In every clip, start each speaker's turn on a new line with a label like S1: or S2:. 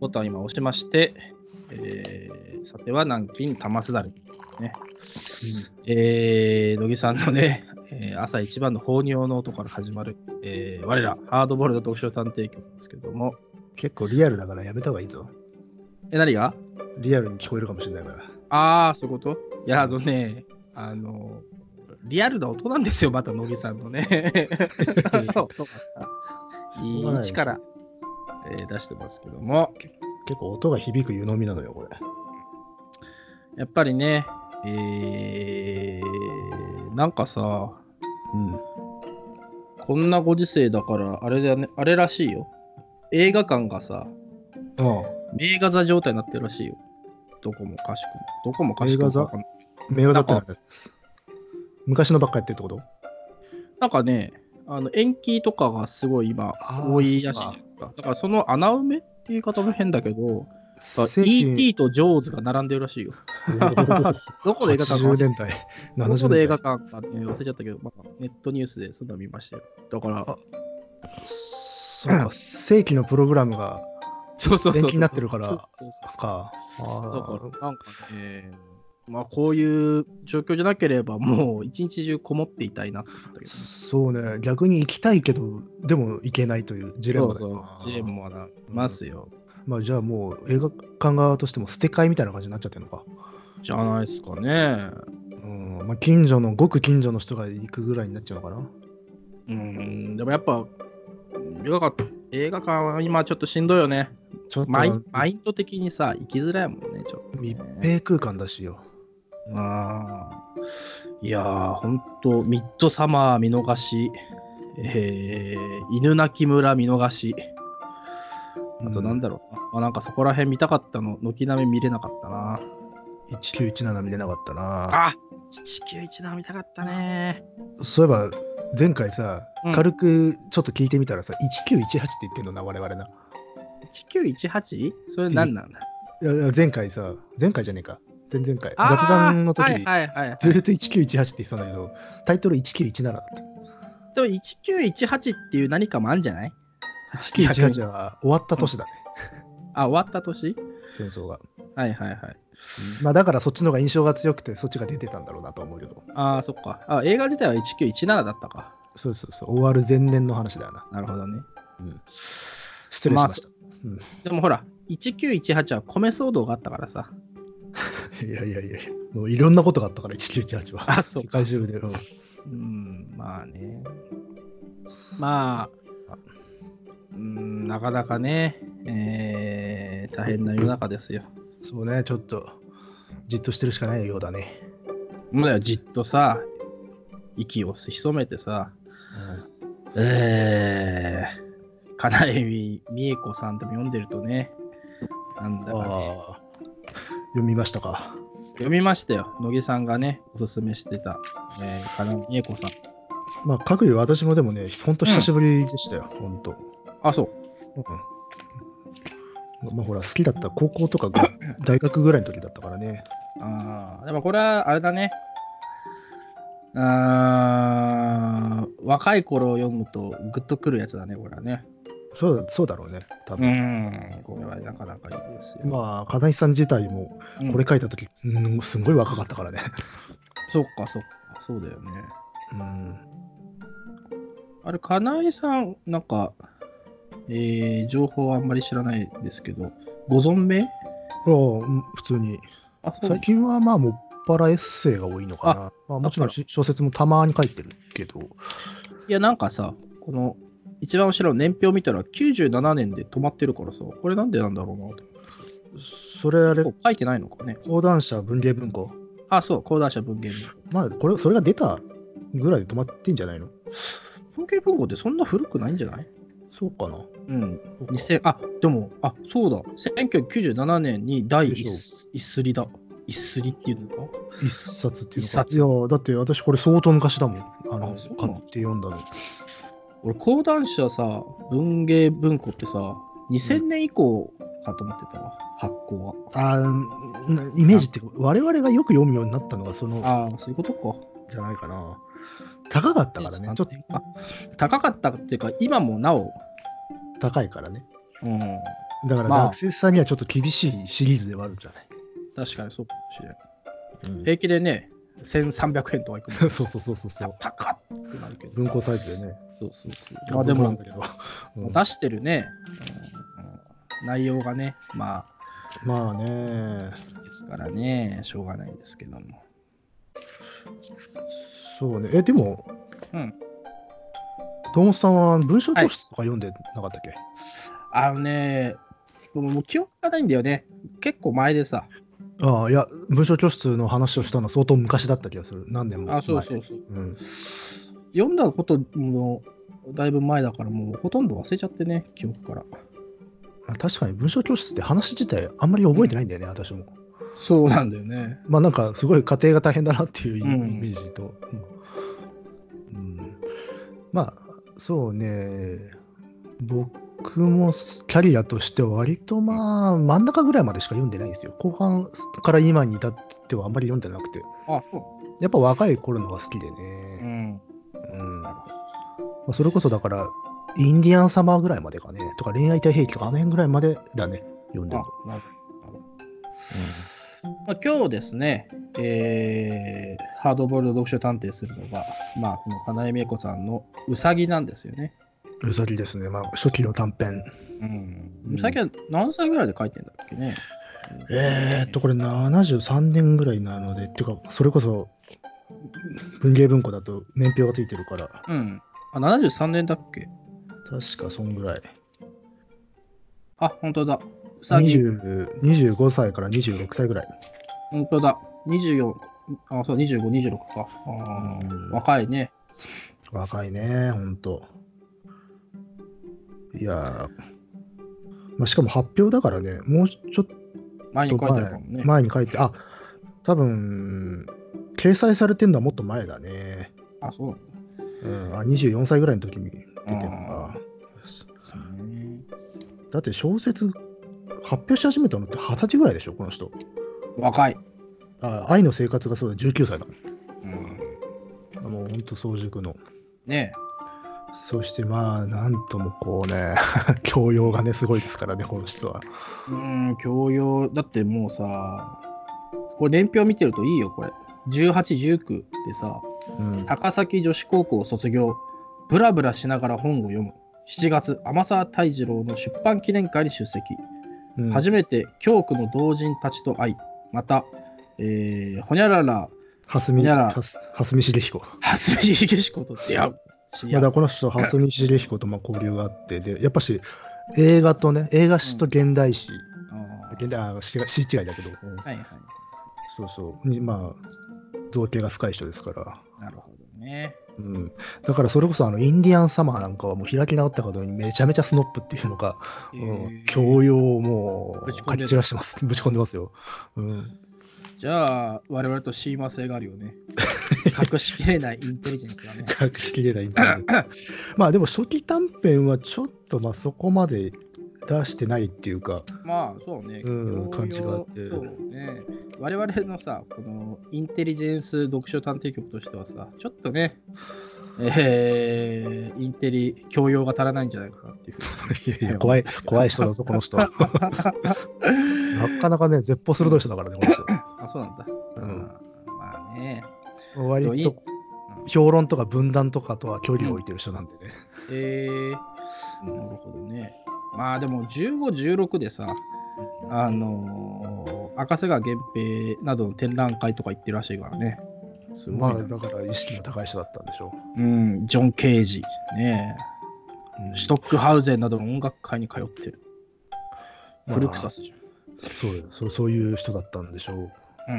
S1: ボタンを今押しまして、えーさては南京玉すだれ。ねえー、乃木さんのね、えー朝一番の放尿の音から始まる、えー我らハードボールド読書探偵局ですけども、
S2: 結構リアルだからやめた方がいいぞ。
S1: え、何が
S2: リアルに聞こえるかもしれないから。
S1: ああ、そういうこといや、あのね、あの、リアルな音なんですよ、また乃木さんのね。 音がいい位置から、えー出してますけども、
S2: 結構音が響く湯飲みなのよ、これ。
S1: やっぱりね、えー、なんかさ、
S2: うん。
S1: こんなご時世だから、あれだね、あれらしいよ。映画館がさ、
S2: あ
S1: 名画座状態になってるらしいよ。どこもかしくも。どこもかしくも
S2: 名画座
S1: わかんない。
S2: あ、名技ってなんだ昔のばっかやってるってこと
S1: なんかね、あの延期とかがすごい今
S2: あー
S1: 多いらしいじゃないですか。だからその穴埋めっていう言い方も変だけど、だから ET とジョーズが並んでるらしいよ。どこで映画館か忘
S2: 80
S1: れ
S2: 年代。
S1: どこで映画
S2: 70年代。
S1: 館か、ね、忘れちゃったけど、まあ、ネットニュースでそんなの見ましたよ。だから
S2: あ、そうか、正規のプログラムが、
S1: そうそうそう。
S2: 延期になってるから
S1: そうそうそう
S2: か。
S1: だか
S2: あ
S1: ら、なんかね、まあこういう状況じゃなければ、もう一日中こもっていたいなって思ったけど、ね、
S2: そうね、逆に行きたいけど、でも行けないというジレ
S1: そう
S2: ンマだ
S1: そ
S2: よ
S1: う
S2: な、
S1: ジレンマなますよ。
S2: まあじゃあもう映画館側としても捨て替えみたいな感じになっちゃってるのか。
S1: じゃないですかね。
S2: うん、まあ近所の、ごく近所の人が行くぐらいになっちゃうのかな。
S1: うん、でもやっぱ映画館、映画館は今ちょっとしんどいよね。
S2: ちょっと
S1: マイマインド的にさ、行きづらいもんね、ちょっと、ね
S2: 密。閉空間だしよ。
S1: あーいやー、ほんと、ミッドサマー見逃し、えー、犬鳴村見逃し、あとなんだろうな、まあ、なんかそこら辺見たかったの、軒並み見れなかったな。
S2: 1917見れなかったな。
S1: あ1917見たかったね
S2: そういえば前回さ
S1: うん、
S2: 軽くちょっと聞いてみたらさ、1918って言ってんのな、我々な。
S1: 1918? それ何なんだ
S2: いやいや前回さ、前回じゃねえか。前々回。雑談の時
S1: あ
S2: に
S1: ーはいはいはい、
S2: ずっと1918って言ってたんだけど、タイトル1917だった。
S1: でも1918っていう何かもあるんじゃない
S2: 1918は終わった年だね、
S1: あ、終わった年
S2: 戦争が。
S1: はいはいはい。
S2: まあだからそっちの方が印象が強くて、そっちが出てたんだろうなとは思うけど。
S1: ああ、そっか。あ、映画自体は1917だったか。
S2: そうそうそう、終わる前年の話だよな。
S1: なるほどね。
S2: うん、失礼しました。
S1: でもほら、1918は米騒動があったからさ。
S2: いやいやいや、もういろんなことがあったから、1918は。
S1: あそう
S2: 世界中で。うん
S1: うん、まあね。まあ、うん、なかなかね、えー、大変な世の中ですよ。
S2: そうね、ちょっと、じっとしてるしかないようだね。
S1: もうだよ、じっとさ、息を潜めてさ、
S2: うん
S1: えー、金井美恵子さんでも読んでるとね、なんだかね、
S2: ああ。読みましたか。
S1: 読みましたよ。野木さんがね、おすすめしてた、えー、金井美恵子さん。
S2: まあ、各位私もでもね、ほんと久しぶりでしたよ、ほんと。
S1: あ、そう。
S2: うんまあほら好きだった高校とか が大学ぐらいの時だったからね。
S1: ああ、でもこれはあれだね。あー若い頃を読むとグッとくるやつだね、これはね。
S2: そうだそうだろうね、多
S1: う
S2: 分。
S1: ん、これはなかなかいいですよ。
S2: まあ、金井さん自体も
S1: うん
S2: これ書いた時、うん、すごい若かったからね。
S1: そっかそっか、そうだよね。
S2: うん、
S1: あれ、金井さん、なんか、えー情報はあんまり知らないですけど、ご存命
S2: ああうん普通に。
S1: あ、そう
S2: 最近はまあ、もっぱらエッセイが多いのかな。まあ、もちろん
S1: だ
S2: し小説もたまに書いてるけど、
S1: いや、なんかさ、この一番後ろの年表見たら97年で止まってるからさ、これなんでなんだろうなと
S2: それあれ
S1: 思っ、て。書いてないのかね。
S2: 講談社文芸文庫。
S1: あ、そう、講談社文芸文庫。
S2: まあ、これ、それが出たぐらいで止まってんじゃないの
S1: 文芸文庫ってそんな古くないんじゃない
S2: そうかな。
S1: うん。2000あ、でも、あ、そうだ。1997年に第
S2: で
S1: 一一すりだ。一すりっていうのか
S2: 一冊っていうのか
S1: 一冊
S2: いやだって私これ相当昔だもんあの
S1: あそうな
S2: 買
S1: の
S2: って読んだの
S1: 俺、講談社さ、文芸文庫ってさ、2000年以降かと思ってたわ、発行は。
S2: あーなイメージっていうか我々がよく読むようになったのがその
S1: ああ、そういうことか。
S2: じゃないかな高かったからねちょっと
S1: あ高かったっていうか、今もなお
S2: 高いからね
S1: うん、
S2: だから
S1: まあ
S2: 学生さんにはちょっと厳しいシリーズではあるんじゃない、
S1: 確かにそうかもしれない。
S2: うん。
S1: 平気でね、1300円とかいくの
S2: そうそうそうそうそう。
S1: 高っってなるけど。
S2: 文庫サイズでね。
S1: そうそうそう。まあで
S2: 文庫なん
S1: も、
S2: だ けどうん
S1: 出してるね、うん内容がね、ま
S2: まあね、
S1: あ、ですからね、しょうがないですけども。
S2: そうね。え、でも、
S1: うん。
S2: トモさんは文章教室とか読んでなかったっけ、
S1: あのね、もう記憶がないんだよね。結構前でさ。
S2: ああ、いや、文章教室の話をしたのは相当昔だった気がする。何年も前。
S1: あ、そうそうそう。
S2: うん。
S1: 読んだこともだいぶ前だから、もうほとんど忘れちゃってね、記憶から。
S2: まあ確かに文章教室って話自体あんまり覚えてないんだよね、私も。
S1: そうなんだよね。
S2: まあなんかすごい家庭が大変だなっていうイ
S1: うん
S2: メージと、うんうんまあそうね僕もキャリアとしては割とまあ真ん中ぐらいまでしか読んでないんですよ後半から今に至ってはあんまり読んでなくて
S1: あ、そ
S2: やっぱ若い頃のが好きで
S1: う。う
S2: ね、
S1: ん。
S2: うんまあ、それこそだからインディアンサマーぐらいまでかねとか恋愛太平記とかあの辺ぐらいまでだね読んでるの、
S1: あ、なるほど。まあ、今日ですね、えーハードボールド読書探偵するのが、まあ、この花江美恵子さんのうさぎなんですよね。
S2: うんうさぎですねまあ初期の短編
S1: うん
S2: うん
S1: うさぎは何歳ぐらいで書いてんだっけね。
S2: えー、っと、これ73年ぐらいなので、っていうか、それこそ文芸文庫だと年表がついてるから、
S1: うん。あ、73年だっけ
S2: 確かそんぐらい。
S1: あ、本当だ。うさぎ、
S2: 20 25歳から26歳ぐらい。
S1: 本当だ。24、あ、そう、25、26か。あー
S2: うん
S1: 若いね。
S2: 若いね、ほんと。いやー、まあ、しかも発表だからね、もうちょっ
S1: 前に
S2: と
S1: 書いてあるかもね
S2: 前。前に書いて、あ多分掲載されてるのはもっと前だね。
S1: あ、そうなんだ。
S2: うん、あ24歳ぐらいの時に出てるのか。
S1: そうね
S2: だって小説発表し始めたのって二十歳ぐらいでしょこの人
S1: 若い。
S2: あ愛の生活がそうだ19歳だ
S1: うん、
S2: もんもうほんと早熟の
S1: ね
S2: そしてまあなんともこうね 教養がねすごいですからねこの人は
S1: え。うん、教養。だってもうさ、これ年表見てるといいよ、これ。18、19でさ、
S2: うん
S1: 高崎女子高校卒業、ブラブラしながら本を読む。7月、天沢泰二郎の出版記念会に出席。
S2: うん
S1: 初めて教区の同人たちと会い、また、えー、ほにゃらら、
S2: 蓮見
S1: なら
S2: 蓮蓮見茂彦
S1: 初めにひげしこと出会う。知り
S2: ま
S1: 合
S2: だ
S1: う
S2: この人蓮見茂彦とまあ交流があってでやっぱし映画とね映画史と現代史、
S1: あー
S2: 現代あ詩が詩違いだけど、うん
S1: はいはい。
S2: そうそうにまあ造形が深い人ですから
S1: なるほどね。
S2: うん、だからそれこそあのインディアンサマーなんかはもう開き直ったことにめちゃめちゃスノップっていうのが、
S1: え
S2: うん、
S1: ー
S2: 教養をも
S1: ぶち
S2: う
S1: 込んでる
S2: かき散らしてます ぶち込んでますよ、うん、
S1: じゃあ、我々と親和性があるよ ね。隠しきれないインテリジェンスがね。
S2: 隠しきれないインタビュー まあでも初期短編はちょっとまあそこまで出してないっていうか
S1: まあ、そうね。
S2: うん感じがあって
S1: そうね。我々のさ、このインテリジェンス読書探偵局としてはさ、ちょっとね、えー、インテリ教養が足らないんじゃないかなっていうふうに。
S2: いや 怖い怖い人 だぞこの人はなかなかね絶望鋭い人だからねこの人、
S1: あ、そうなんだ。
S2: うん
S1: まあね。
S2: 割と
S1: うん
S2: 評論とか分断とかとは距離を置いてる人なんでね、
S1: えー、なるほどね。まあでも15、16でさ、あのー赤瀬川源平などの展覧会とか行ってるらしいからね。すごい
S2: ま
S1: な、
S2: あだから意識の高い人だったんでしょ
S1: うん、ジョン・ケージ、ね
S2: う、うん
S1: え、シュトックハウゼンなどの音楽会に通ってる。
S2: まあ
S1: フルクサスじ
S2: そうよそうそういう人だったんでしょう。
S1: ゃん。う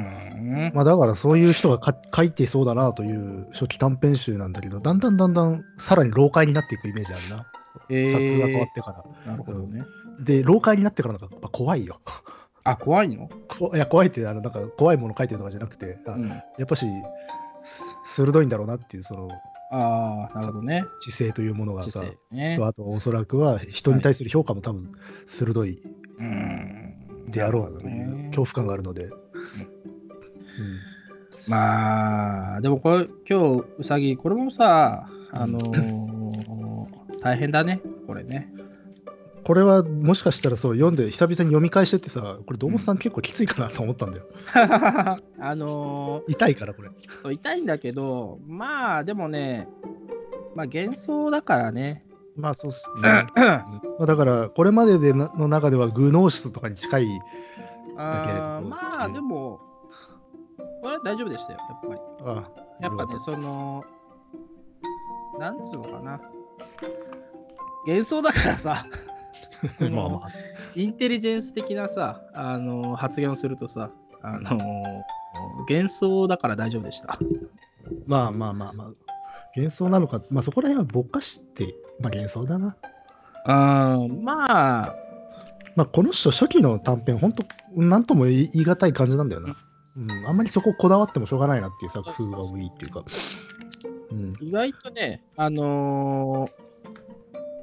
S1: ん。
S2: まあだからそういう人がか書いてそうだなという初期短編集なんだけど、だんだんだんだんさらに老化になっていくイメージあるな。
S1: えー
S2: 作風が変わってから。
S1: なるほどね。
S2: で、老化になってからなんかやっぱ怖いよ。
S1: あ、怖いの、
S2: こいや怖いっていうのはあのなんか怖いもの書いてるとかじゃなくて、あ
S1: うん、
S2: やっぱしす鋭いんだろうなっていうその
S1: ああ、なるほどね。
S2: 知性というものが
S1: 知
S2: さ。
S1: 性ね。
S2: とあとおそらくは人に対する評価も多分鋭い
S1: うん。
S2: であろうとい
S1: なるほど
S2: う
S1: ね
S2: 恐怖感があるので。うん
S1: まあでもこれ今日うさぎ これもさあのー大変だねこれね
S2: これはもしかしたらそう読んで久々に読み返してってさこれ堂本さん結構きついかなと思ったんだよ、
S1: あの
S2: 痛いからこれ
S1: ー痛いんだけど、まあでもね、まあ幻想だからね。
S2: まあそうっす ねまあだからこれまででなの中ではグノーシスとかに近い
S1: あ
S2: だけれ
S1: ー
S2: ど
S1: まあでも、これは大丈夫でしたよ、やっぱり。
S2: あ
S1: やっぱ
S2: よ
S1: ね、
S2: かた
S1: そ
S2: です
S1: の、なんつうのかな。幻想だから さ、その
S2: まあまあ
S1: インテリジェンス的なさ、あの発言をするとさ、あの幻想だから大丈夫でした。
S2: まあまあまあまあ幻想なのかまあそこら辺はぼっかしてまあ幻想だな
S1: あーまあ、
S2: まあこの人初期の短編本当なんとも言い言い難い感じなんだよな、うん、あんまりそここだわってもしょうがないなっていう作風が多いっていうかうん
S1: 意外とね、あのー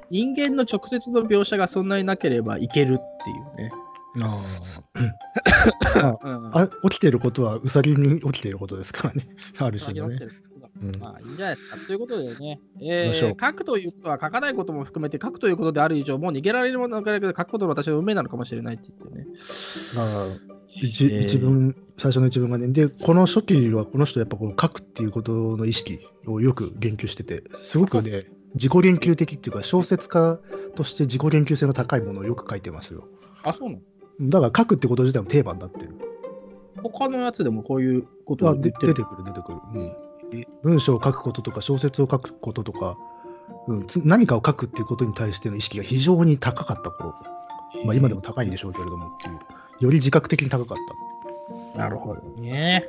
S1: 人間の直接の描写がそんなになければいけるっていうね。
S2: あ
S1: うん、
S2: ああ起きてることはウサギに起きていることですからねある
S1: つな
S2: 種
S1: ぎな
S2: の
S1: っ
S2: ね
S1: てることだ
S2: うん
S1: まあいいんじゃないですか。ということでね、え
S2: 行きましょ
S1: ー
S2: う
S1: 書くということは書かないことも含めて書くということである以上、もう逃げられるものだけど書くことの私の運命なのかもしれないって言ってね。
S2: まあ一
S1: えー
S2: 一文最初の一文がねでこの初期はこの人やっぱこの書くっていうことの意識をよく言及しててすごくね自己言及的っていうか小説家として自己言及性の高いものをよく書いてますよ
S1: あ、そうなの
S2: だから書くってこと自体もテーマになってる
S1: 他のやつでもこういうこと
S2: あ
S1: を
S2: で
S1: 言って
S2: 出
S1: る
S2: てくる出てくる、うん
S1: え
S2: 文章を書くこととか小説を書くこととか、うん、つ何かを書くっていうことに対しての意識が非常に高かった頃、まあ、今でも高いんでしょうけれどもっていうより自覚的に高かった
S1: なるほどね。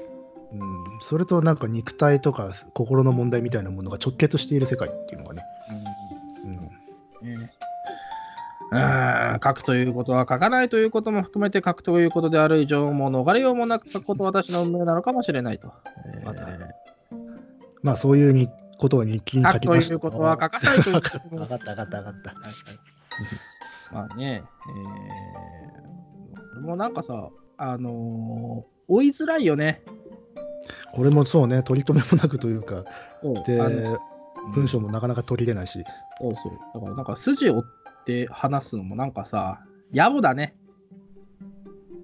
S2: うん、それとなんか肉体とか心の問題みたいなものが直結している世界っていうのがね、
S1: ねうーん書くということは書かないということも含めて書くということである以上もう逃れようもなく書くことは私の運命なのかもしれないと。えー
S2: またまあそういうにことを日記に
S1: 書
S2: 書
S1: く
S2: き
S1: と
S2: ました
S1: いうことは書かないというこ
S2: 分か
S1: とも
S2: った分かった分かった
S1: はいはい、まあね、えー、もうなんかさ、あのー追いづらいよね。
S2: これもそうね取り留めもなくというかで
S1: あの
S2: 文章もなかなか取り出ないし、
S1: そうそう。だからなんか筋を追って話すのもなんかさ、野暮だね。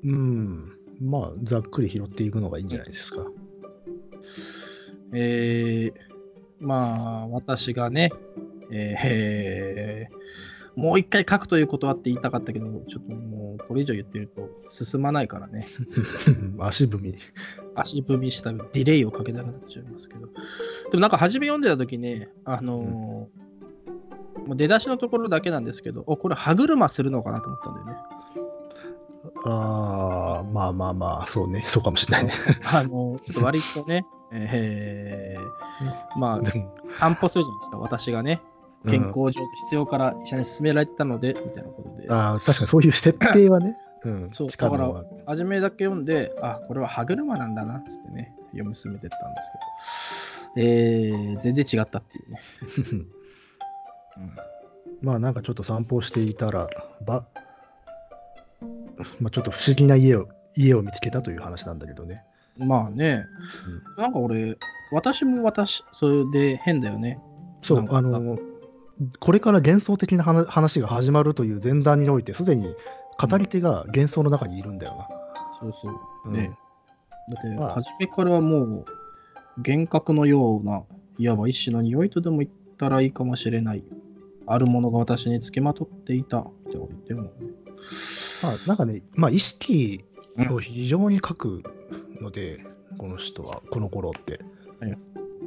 S2: うん、まあざっくり拾っていくのがいいんじゃないですか、
S1: えー、まあ私がね、えー、もう一回書くということはって言いたかったけど、ちょっともうこれ以上言ってると進まないからね。
S2: 足踏み
S1: 足踏みしたディレイをかけなくなっちゃいますけど。でもなんか初め読んでた時ね、あのーもう出だしのところだけなんですけど、おこれ歯車するのかなと思ったんだよね。
S2: あーまあまあまあそうねそうかもしれないね
S1: あのーちょっと割とね、えーま
S2: でも
S1: あ散歩するじゃないですか、私がね、
S2: うん
S1: 健康上必要から医者に勧められてたので、みたいなことで。
S2: あー確かにそういう設定はね、うん、
S1: そう
S2: 近頃は
S1: 初めだけ読んで、あ、これは歯車なんだな、つってね、読み進めてったんですけど、えー、全然違ったっていうね。うん
S2: まあなんかちょっと散歩をしていたら、ば、まあちょっと不思議な家を、家を見つけたという話なんだけどね。
S1: まあね、なんか俺、私も私、それで変だよね。
S2: そ
S1: な、
S2: うん
S1: か
S2: あの、これから幻想的な話話が始まるという前段において、すでに語り手が幻想の中にいるんだよ
S1: そうそう。
S2: な。
S1: ねだって、
S2: まあ
S1: 初めからもう、幻覚のような、いわば一種の匂いとでも言ったらいいかもしれない。あるものが私につきまとっていた。みたいなこと言ってるもんね。
S2: まあなんかね、まあ意識を非常に書くので、この人は、この頃って
S1: はい。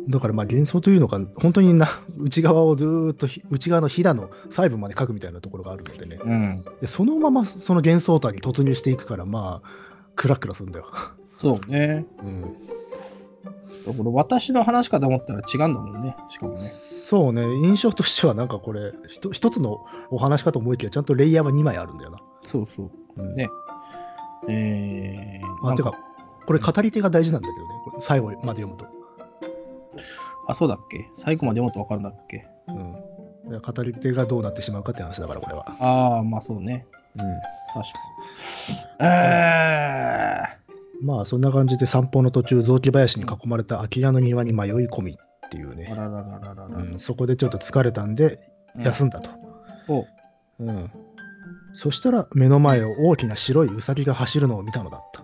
S2: だからまあ幻想というのか、本当にな内側をずーっとひ内側のひだの細部まで書くみたいなところがあるのでね。
S1: うん。
S2: でそのままその幻想体に突入していくからまあクラクラするんだよ、
S1: そうね。これ私の話かと思ったら違うんだもんね。しかもね。
S2: そうね印象としてはなんかこれひと一つのお話かと思いきやちゃんとレイヤーは2枚あるんだよな、
S1: そうそう。
S2: うん
S1: ねえー、
S2: ま
S1: な
S2: あ
S1: ん
S2: てかこれ語り手が大事なんだけどねこれ最後まで読むと、
S1: あ、そうだっけ最後まで読むと分かるんだっけ
S2: うんで語り手がどうなってしまうかって話だからこれは、
S1: ああ、まあそうね。確かに。え
S2: まあそんな感じで散歩の途中雑木林に囲まれた空き家の庭に迷い込みっていう
S1: ー、あ
S2: ね、
S1: ららららららら。
S2: うんそこでちょっと疲れたんで
S1: うん
S2: 休んだと、
S1: お
S2: うんそしたら目の前を大きな白いウサギが走るのを見たのだった。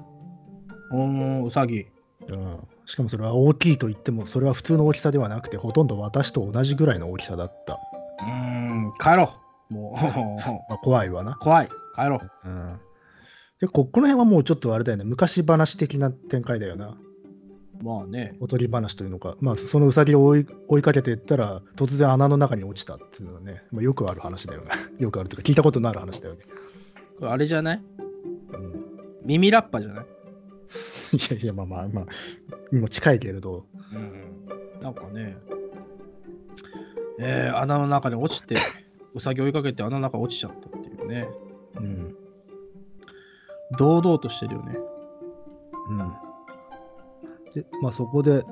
S1: おー、うさぎ。
S2: うん、しかもそれは大きいと言ってもそれは普通の大きさではなくてほとんど私と同じぐらいの大きさだった、
S1: うーん、帰ろう。も
S2: まあ、怖いわな
S1: う、、 怖い。帰ろう。
S2: うん、でここの辺はもうちょっとあれだよね昔話的な展開だよな
S1: まあね。
S2: おとり話というのか、まあ、そのウサギを追い追いかけていったら突然穴の中に落ちたっていうのはね、まあ、よくある話だよね よくあるというか聞いたことのある話だよね、
S1: これあれじゃない
S2: うん、
S1: 耳ラッパじゃない
S2: いやいやまあまあまあにも近いけれど
S1: うん。なんかね、えー、穴の中に落ちて、うさぎ追いかけて穴の中落ちちゃったっていうね。
S2: うん
S1: 堂々としてるよね。
S2: うんでまあそこで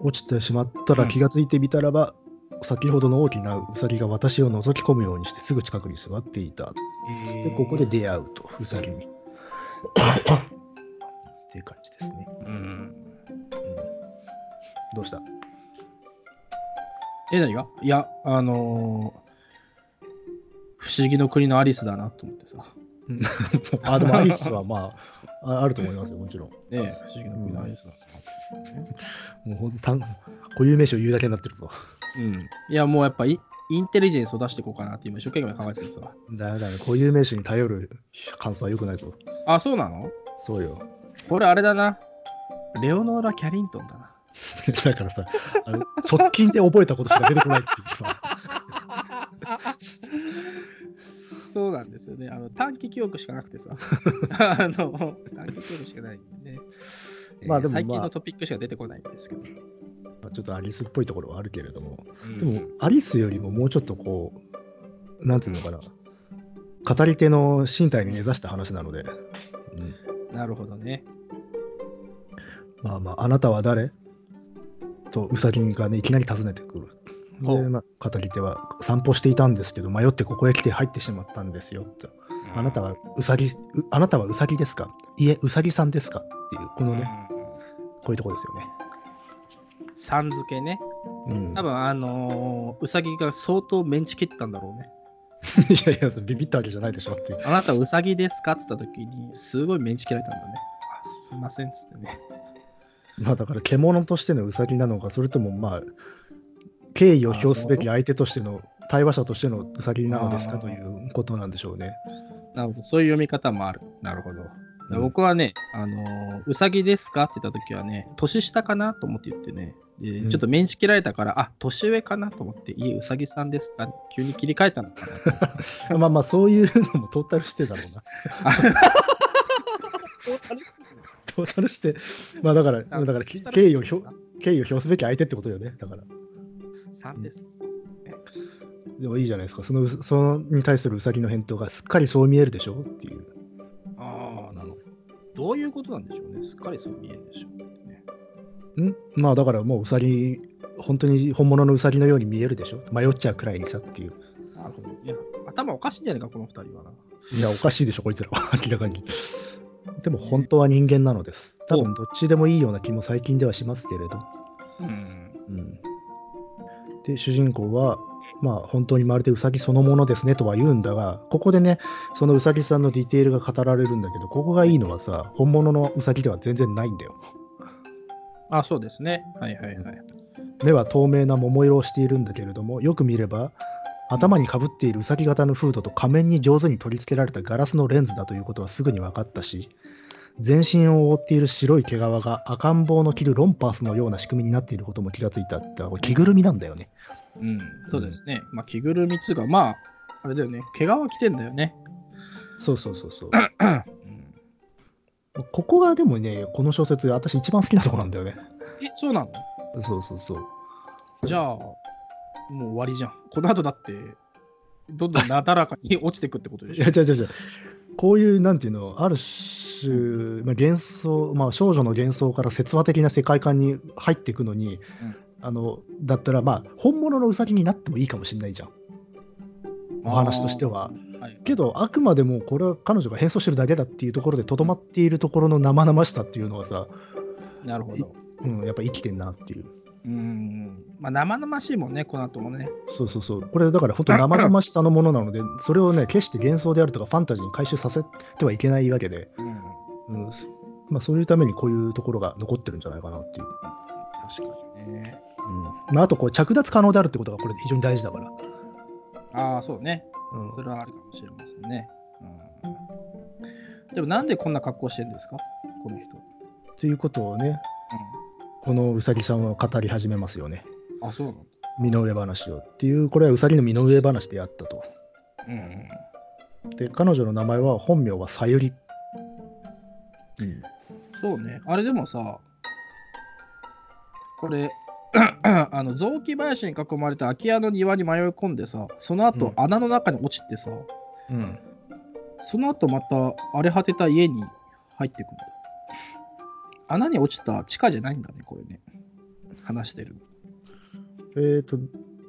S2: 落ちてしまったら
S1: うん
S2: 気がついてみたらば、先ほどの大きなウサギが私を覗き込むようにしてすぐ近くに座っていたそしてここで出会うとウサギ にっていう感じですね、
S1: うん。
S2: うん、どうした
S1: え、何がいや、あのー不思議の国のアリスだなと思ってさ。
S2: あでもアリスはまあ ああると思いますよもちろん
S1: ねえ、不思議の国のアリスだなと思って。
S2: もうほんたん固有名詞を言うだけになってるぞ
S1: うん。いや、もうやっぱイ、インテリジェンスを出していこうかなって今一生懸命考えてるさ。
S2: だめだめ固有名詞に頼る感想は良くないぞ
S1: あ、そうなの
S2: そうよ
S1: これあれだな。レオノーラ・キャリントンだな。
S2: だからさあの直近で覚えたことしか出てこないっていうさ
S1: そうなんですよね。あの短期記憶しかなく てさ。あの短期記憶しかないんでね。
S2: ま
S1: ま
S2: あ
S1: あ
S2: でも
S1: 最近
S2: まあ
S1: のトピックしか出てこないんですけど。
S2: まあちょっとアリスっぽいところはあるけれども、
S1: うん
S2: でもアリスよりももうちょっとこう、なんていうのかな、語り手の身体に根ざした話なので、うん
S1: なるほどね。
S2: まあまあ、あなたは誰とウサギがね、いきなり尋ねてくる。
S1: ほ
S2: で、
S1: う
S2: まあ、語り手は散歩していたんですけど、迷ってここへ来て入ってしまったんですよと。あなたはウサギ、うあなたはウサギですかいえ、ウサギさんですかっていう、このね、こういうとこですよね。
S1: さん付けね。
S2: うん、
S1: 多分あのー、うさぎが相当メンチ切ったんだろうね。
S2: いやいや、それビビったわけじゃないでしょっていう。
S1: あなたうさぎですかって言った時にすごいメンチ切られたんだね。あすいませんっつってね。
S2: まあだから獣としてのウサギなのか、それともまあ、敬意を表すべき相手としての、対話者としてのウサギなのです
S1: あ
S2: か
S1: ー
S2: ということなんでしょうね。
S1: なるほど。そういう読み方もある。なるほど。
S2: うん
S1: 僕はね、あのーうさぎですかって言った時はね、年下かなと思って言ってね、で
S2: うん
S1: ちょっとメンチ切られたから、あ年上かなと思って、いえ、うさぎさんですか急に切り替えたのかな。
S2: まあまあ、そういうのもトータルしてだろうな。トータルして、まあだから、だからき敬意を表敬意を表すべき相手ってことよね。だから。
S1: さんです。
S2: でもいいじゃないですか。その、そのに対するウサギの返答が、すっかりそう見えるでしょっていう。
S1: ああ、なるほど。どういうことなんでしょうね。すっかりそう見えるでしょう、ね。
S2: んまあだからもうウサギ、本当に本物のウサギのように見えるでしょ迷っちゃうくらいにさっていう。
S1: なるほど。いや、頭おかしいんじゃないか、この二人はな。
S2: いや、おかしいでしょ、こいつらは、 明らかに。でも、本当は人間なのです。多分、どっちでもいいような気も最近ではしますけれど。
S1: うん。
S2: うん、で、主人公は、まあ、本当にまるでウサギそのものですねとは言うんだが、ここでね、そのウサギさんのディテールが語られるんだけど、ここがいいのはさ、本物のウサギでは全然ないんだよ。
S1: あそうですね。はいはいはい。
S2: 目は透明な桃色をしているんだけれども、よく見れば、頭にかぶっているウサギ型のフードと仮面に上手に取り付けられたガラスのレンズだということはすぐに分かったし、全身を覆っている白い毛皮が赤ん坊の着るロンパースのような仕組みになっていることも気がついたって、これ着ぐるみなんだよね。
S1: うん、そうですね。まあ、着ぐるみっつうか、まあ、あれだよね。毛皮着てんだよね。
S2: そうそうそうそう。
S1: うん
S2: ここがでもね、この小説、私一番好きなとこなんだよね。
S1: え、そうなの
S2: そうそうそう。
S1: じゃあ、もう終わりじゃん。この後だって、どんどんなだらかに落ちてくってことで
S2: い
S1: しょ
S2: や、違。う違う違う。こういう、なんていうの、ある種、まあ、幻想、まあ、少女の幻想から説話的な世界観に入っていくのに、あの、だったら、まあ、本物のウサギになってもいいかもしれないじゃん。お話としては。
S1: はい。
S2: けど、あくまでもこれは彼女が変装してるだけだっていうところでとどまっているところの生々しさっていうのはさ、
S1: なるほど。
S2: うん、やっぱ生きてんなっていう。
S1: ううんまあ、生々しいもんね、この後もね。
S2: そうそうそう。これだから本当に生々しさのものなので、それをね、決して幻想であるとかファンタジーに回収させてはいけないわけで、
S1: うん、
S2: うんまあ、そういうためにこういうところが残ってるんじゃないかなっていう。
S1: 確かにね。
S2: うんまあ、あとこう着脱可能であるってことがこれ非常に大事だから。
S1: ああ、そうね。
S2: うん
S1: それはあるかもしれませんね。うん、でも、なんでこんな格好してるんですかこの人。
S2: ということをね、このうさぎさんは語り始めますよね。
S1: うん、あ、そうなんだ。
S2: 身の上話をっていう、これはうさぎの身の上話であったと。
S1: うん、
S2: で、彼女の名前は本名はさゆり。
S1: そうね。あれでもさ、これ、 あの雑木林に囲まれた空き家の庭に迷い込んでさ、その後、
S2: う
S1: 穴の中に落ちてさ、
S2: うん。
S1: その後また荒れ果てた家に入ってくるんだ。穴に落ちた地下じゃないんだね、これね。話してる。
S2: えっ、と、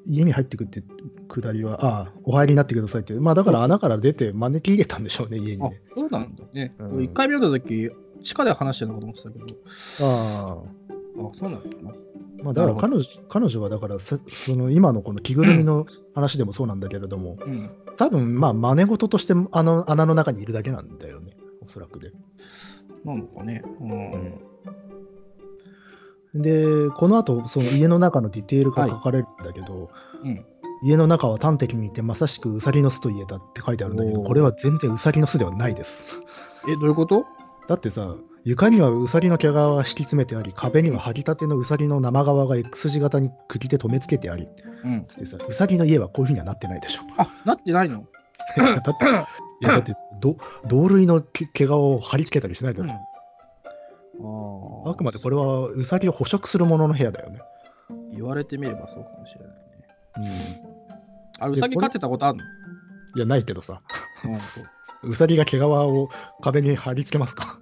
S2: 家に入ってくって下りは、ああ、お入りになってくださいっていう。まあだから穴から出て招き入れたんでしょうね、家に
S1: あ
S2: ね。、
S1: そうなんだね。一、
S2: うん
S1: 回見たとき、地下で話してるのかと思ってたけ
S2: ああ。
S1: ど、あ、そうなんだな。
S2: まあだから
S1: なる
S2: 彼女彼女はだからさその今のこの着ぐるみの話でもそうなんだけれども、
S1: うん。
S2: 多分まあ真似事としてあの穴の中にいるだけなんだよね、おそらくで。
S1: なのかね。うん。
S2: で、この後その家の中のディテールが書かれるんだけど、
S1: うん。
S2: 家の中は端的に言ってまさしくウサギの巣と言えたって書いてあるんだけど、
S1: おー
S2: これは全然ウサギの巣ではないです。
S1: え、どういうこと
S2: だってさ、床にはウサギの毛皮が敷き詰めてあり、壁には剥ぎたてのウサギの生皮が X 字型に釘で留め付けてあり、
S1: うん。
S2: つってさ、ウサギの家はこういうふうにはなってな いでしょ。
S1: あ、なってないの
S2: いやだって、いやだってど同類の毛毛皮を貼り付けたりしないだろ。
S1: うん、あ
S2: あくまでこ
S1: れ
S2: れはウサギを捕食するものの部屋だよね。
S1: 言われてみればそうかもしれないね。
S2: うん、い
S1: あ、ウサギ飼ってたことあるの
S2: や、ないけどさ、
S1: うん、そう
S2: ウサギが毛皮を壁に貼り付けますか。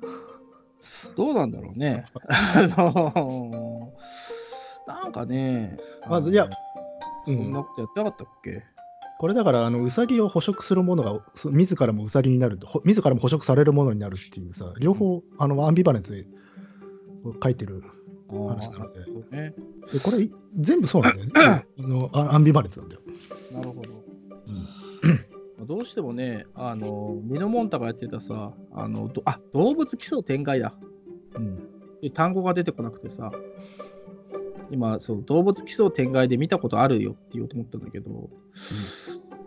S1: どうなんだろう ね。あのなんかね、
S2: まあ
S1: の
S2: いや、
S1: そんなことやってなかったっけ、
S2: これだからあのウサギを捕食するものがそ自らもウサギになるとほ自らも捕食されるものになるっていうさ両方あのアンビバレンスで書いてる
S1: ああ、
S2: 話な
S1: そ
S2: ので
S1: うね。
S2: でこれ全部そうなんだよね 全部あのあアンビバレンスなんだよ、
S1: なるほど。まあどうしてもね、あの、ミノモンタがやってたさ、あの、どあ動物奇想天外だ。
S2: うん
S1: で単語が出てこなくてさ今そう動物奇想天外で見たことあるよって言おうと思ったんだけど、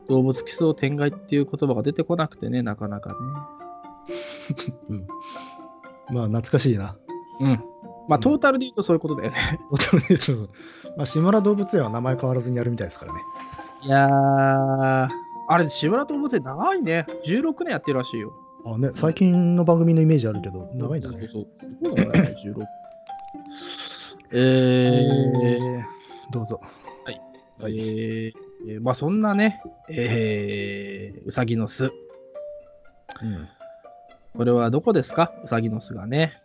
S1: 動物奇想天外っていう言葉が出てこなくてねなかなか
S2: まあ懐かしいな
S1: ね うんま
S2: う
S1: あ
S2: ん
S1: トータルで言うとそういうことだよね
S2: まあ志村動物園は名前変わらずにやるみたいですからね
S1: いやーあれ志村動物園長いね16年やってるらしいよ
S2: あね最近の番組のイメージあるけど長いんだ
S1: そう
S2: ね
S1: そうそうすごい長いね16えー、
S2: どうぞはい
S1: えーえーまあそんなね、えー、うさぎの巣、これはどこですかうさぎの巣がね。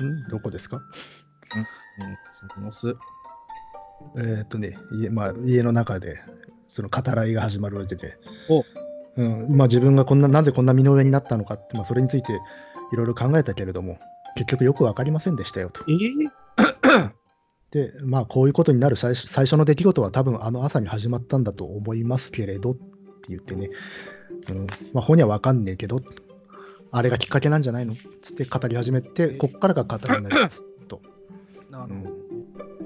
S1: うん。
S2: うんどこですか
S1: うさぎの巣。
S2: えーっとね、家,、まあ、家の中で、その語らいが始まるわけで、
S1: お
S2: うんまあ、自分がこんな、なぜこんな身の上になったのかって、まあ、それについていろいろ考えたけれども、結局よく分かりませんでしたよと。
S1: えー、
S2: で、まあ、こういうことになる最初最初の出来事は多分あの朝に始まったんだと思いますけれどって言ってね、うんまあ、本人は分かんねえけど、あれがきっかけなんじゃないのつって語り始めて、こっからが語りになりますと。
S1: なるほど。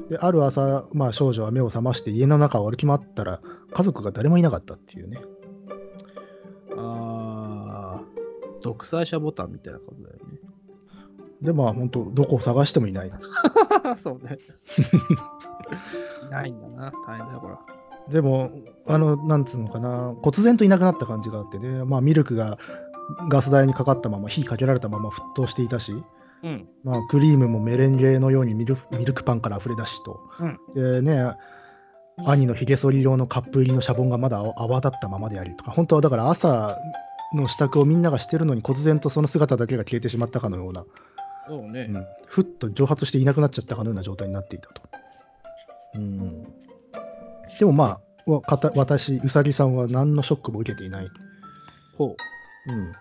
S2: である朝、まあ、少女は目を覚まして家の中を歩き回ったら家族が誰もいなかったっていうね
S1: あー、独裁者ボタンみたいなことだよ
S2: でまあ本当どこを探してもいない
S1: ね。 そうね。いないんだな。大変だよ、これ。
S2: でもあのなんつうのかな忽然といなくなった感じがあってね、まあ、ミルクがガス台にかかったまま火かけられたまま沸騰していたし、
S1: うん。
S2: まあ、クリームもメレンゲのようにミルミルクパンから溢れ出しと、でね兄のひげ剃り用のカップ入りのシャボンがまだ泡泡立ったままでありとか本当はだから朝の支度をみんながしてるのに忽然とその姿だけが消えてしまったかのような、
S1: そうね。
S2: うんふっと蒸発していなくなっちゃったかのような状態になっていたと。うん、でもまあわかた私うさぎさんは何のショックも受けていない。
S1: ほう。
S2: うん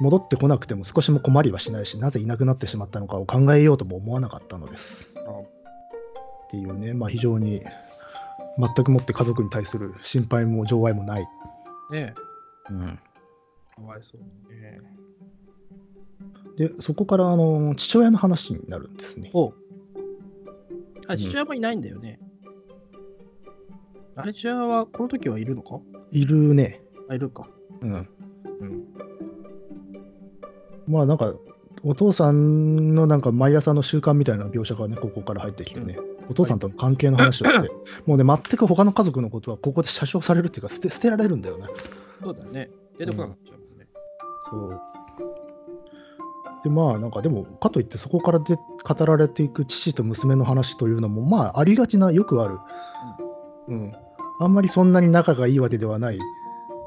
S2: 戻ってこなくても少しも困りはしないし、なぜいなくなってしまったのかを考えようとも思わなかったのです。っていうね、まあ、非常に全くもって家族に対する心配も情愛もない。
S1: ね
S2: うん、
S1: え、かわいそうにね。
S2: で、そこからあの父親の話になるんですね。
S1: おあ、
S2: うん
S1: 父親もいないんだよね。あれ、父親はこの時はいるのか
S2: いるね。
S1: あ、いるか。
S2: うん
S1: うん
S2: まあなんかお父さんのなんか毎朝の習慣みたいな描写がねここから入ってきてね、お父さんとの関係の話をして、もうね全く他の家族のことはここで写真されるっていうか捨て捨てられるんだよね
S1: そうだね。出てこなかったもんね。
S2: そうでまあなんかでもかといってそこからで語られていく父と娘の話というのもまあありがちなよくある、うん、あんまりそんなに仲がいいわけではない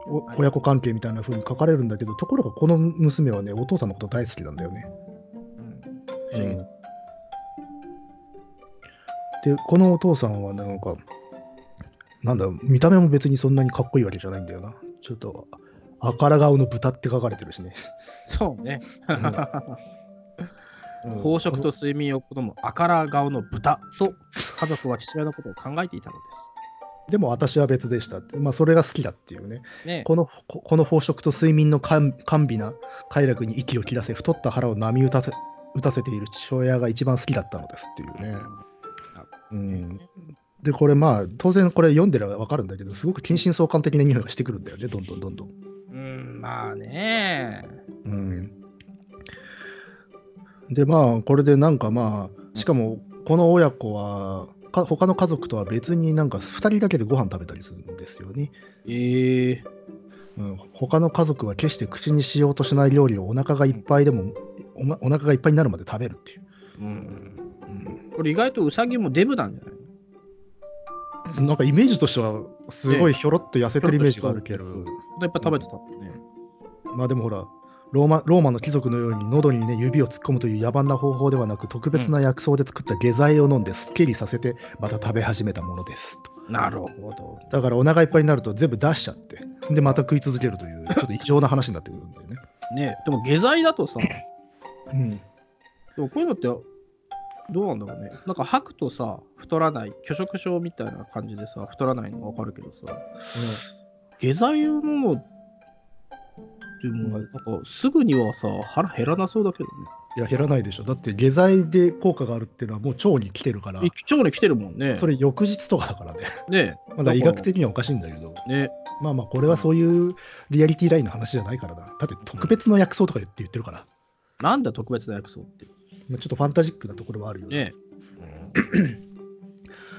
S2: お
S1: はい
S2: 親子関係みたいな風に書かれるんだけどところがこの娘はねお父さんのこと大好きなんだよね。
S1: うん。不思議
S2: でこのお父さんはなんかなんだ見た目も別にそんなにかっこいいわけじゃないんだよなちょっとあから顔の豚って書かれてるしね、
S1: そうね。
S2: うん
S1: 飽食と睡眠を好むあから顔の豚と家族は父親のことを考えていたのです。
S2: でも私は別でしたって、まあ、それが好きだっていうね
S1: ね
S2: このここの飽食と睡眠の甘甘美な快楽に息を切らせ太った腹を波打たせ打たせている父親が一番好きだったのですっていうね、うん、でこれまあ当然これ読んでれば分かるんだけどすごく近親相関的な匂いがしてくるんだよねどんどんどんどん。
S1: うん、まあね。
S2: うん、でまあこれでなんかまあしかもこの親子はか他の家族とは別になんか2人だけでご飯食べたりするんですよね。
S1: ええ
S2: うん、他の家族は決して口にしようとしない料理をお腹がいっぱいでもお,、ま、お腹がいっぱいになるまで食べるっていう。
S1: うん。これ意外とウサギもデブなんじゃない
S2: うん、なんかイメージとしてはすごいひょろっと痩せてるイメージがあるけど。
S1: やっぱ食べてたもんね。
S2: まあでもほらローマローマの貴族のように喉にね指を突っ込むという野蛮な方法ではなく特別な薬草で作った下剤を飲んですっきりさせてまた食べ始めたものですと
S1: なるほど。
S2: だからお腹いっぱいになると全部出しちゃってでまた食い続けるというちょっと異常な話になってくるんだよね、
S1: ねでも下剤だとさ、
S2: うん、
S1: でもこういうのってどうなんだろうね。なんか吐くとさ、太らない、拒食症みたいな感じでさ、太らないのわかるけどさ、下剤を飲むでも、なんかすぐにはさ、腹減らなそうだけどね。
S2: いや減らないでしょだって下剤で効果があるっていうのはもう腸に来てるから
S1: え腸に来てるもんね。
S2: それ翌日とかだからね
S1: ね
S2: まだ医学的にはおかしいんだけど
S1: ね
S2: まあまあこれはそういうリアリティラインの話じゃないからなだって特別の薬草とか言って言ってるから
S1: なんだ特別な薬草って。
S2: まあちょっとファンタジックなところはあるよね。
S1: ね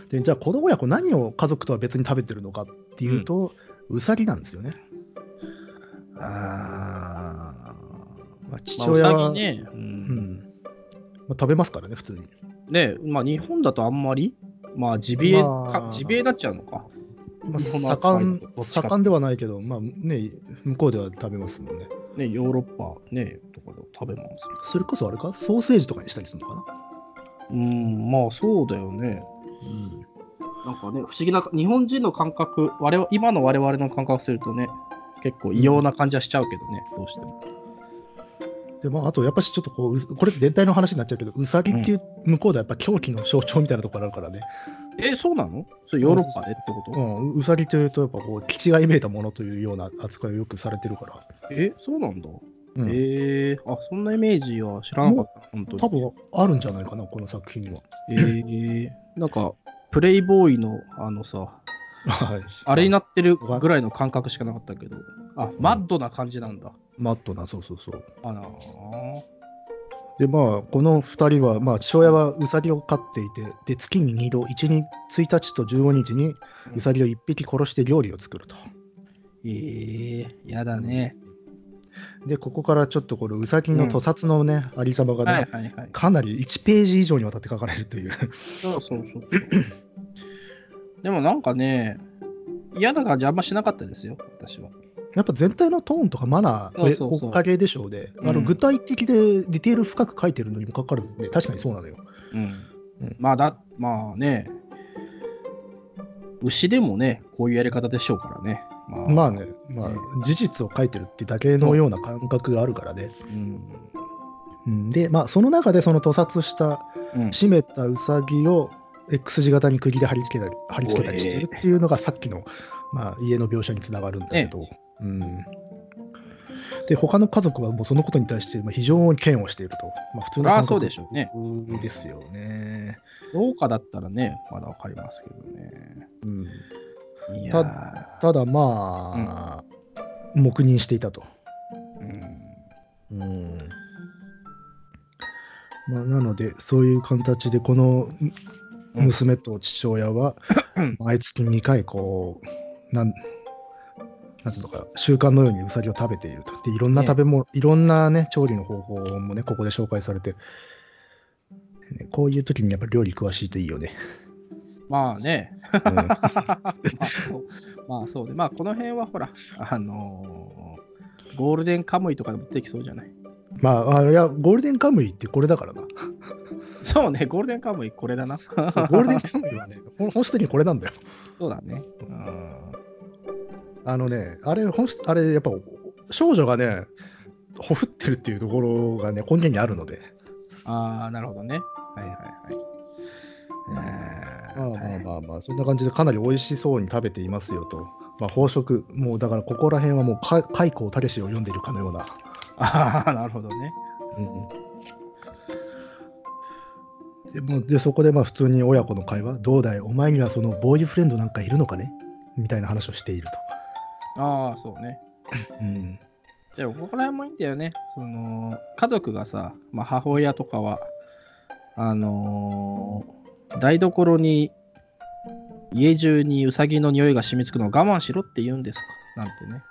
S2: でじゃあこの親子何を家族とは別に食べてるのかっていうと、うさぎなんですよね。
S1: あ
S2: まあ、父
S1: まあ、う
S2: 親は、
S1: さぎね。う、
S2: うんんまあ、食べますからね普通に。
S1: ねまあ日本だとあんまり、まあジビエ、
S2: まあ
S1: かジビエになっちゃうのか。
S2: まあ、
S1: 日本の扱い
S2: 盛ん
S1: とどっちか
S2: 盛んではないけど、まあね、向こうでは食べますもんね。
S1: ねヨーロッパねとかで食べまする。
S2: それこそあれかソーセージとかにしたりするのかな、
S1: うん、まあそうだよね。なんかね、不思議な、日本人の感覚、我々今の我々の感覚するとね、結構異様な感じはしちゃうけどね、どうしても。
S2: でまあ、あとやっぱしちょっとこううこれ全体の話になっちゃうけどうさぎっていう向こうではやっぱ狂気の象徴みたいなところあるからね、
S1: え、そうなのそれヨーロッパでってこと、
S2: うん、ううさぎというとやっぱこう気違いめいたものというような扱いをよくされてるから。
S1: え、そうなんだ。
S2: うん
S1: えー、あ、そんなイメージは知らなかった、本当に。
S2: 多分あるんじゃないかな、この作品には。
S1: えー、なんか、プレイボーイの、あのさ、
S2: はい、
S1: あれになってるぐらいの感覚しかなかったけど、あ、マッドな感じなんだ。
S2: マットな、そうそうそう。
S1: あらー
S2: で、まあ、この2人は、まあ、父親はウサギを飼っていて、で月に2度、1日 ,1 日と15日にウサギを1匹殺して料理を作ると。
S1: えー、やだね。
S2: で、ここからちょっとこのウサギの屠殺のね、ありさまがね、
S1: はいはいはい。
S2: かなり1ページ以上にわたって書かれるという。
S1: そうそうそう そう。でもなんかね、嫌な感じあんましなかったですよ、私は。
S2: やっぱ全体のトーンとかマナー
S1: そう
S2: え
S1: そうそう
S2: おかげでしょうで、あ
S1: う
S2: の
S1: ん
S2: 具体的でディテール深く書いてるのにもかかわらずね、確かにそうなのよ。
S1: うん
S2: うん
S1: まあだ、まあね、牛でもね、こういうやり方でしょうからね。まあ
S2: まあね、まあ
S1: ね、
S2: 事実を書いてるってだけのような感覚があるからね。
S1: うん
S2: うんで、まあ、その中でその屠殺した、
S1: うん
S2: 締めたウサギを X 字型に釘で貼り付けたり貼り付けたりしてるっていうのがさっきの、まあ、家の描写につながるんだけど、うん、で他の家族はもうそのことに対してまあ非常に嫌悪していると、まあ、普通
S1: そ
S2: の
S1: りゃ
S2: 感
S1: そうで
S2: 覚
S1: しょうね。
S2: ですよね。
S1: 農家だったらね、まだわかりますけどね。
S2: うん
S1: いやー
S2: ただまあ、黙認していたと。
S1: うん
S2: うんまあ、なのでそういう形でこのむ
S1: うん
S2: 娘と父親 は毎月2回こうなんなんていうのか習慣のようにうさぎを食べているとでいろんな
S1: ね
S2: 食べ物、いろんなね調理の方法もねここで紹介されて、ねこういう時にやっぱり料理詳しいといいよね、
S1: まあね、
S2: うん
S1: まあそうまあそうで、まあこの辺はほら、あのーゴールデンカムイとかでもできそうじゃない。
S2: まああいやゴールデンカムイってこれだからな
S1: そうね、ゴールデンカムイこれだな。
S2: そうゴールデンカムイはねほん本質的にこれなんだよ
S1: そうだね。うん
S2: あのね、あれ、本質あれ、やっぱ、少女がね、ほふってるっていうところがね、根源にあるので、
S1: ああ、なるほどね。はいはいはい。えー
S2: まあまあ
S1: 大変
S2: まあまあ、そんな感じで、かなり美味しそうに食べていますよと。まあ、飽食、もうだから、ここら辺はもうか、開口たけしを読んでいるかのような。
S1: ああ、なるほどね。
S2: でもうでそこでまあ普通に親子の会話、どうだい、お前にはそのボーイフレンドなんかいるのかねみたいな話をしている
S1: ああ、そうね。
S2: と。うん、
S1: でも、ここら辺もいいんだよね。その、家族がさ、まあ、母親とかは、あのー台所に、家中にウサギの匂いが染みつくのを我慢しろって言うんですかなんてね。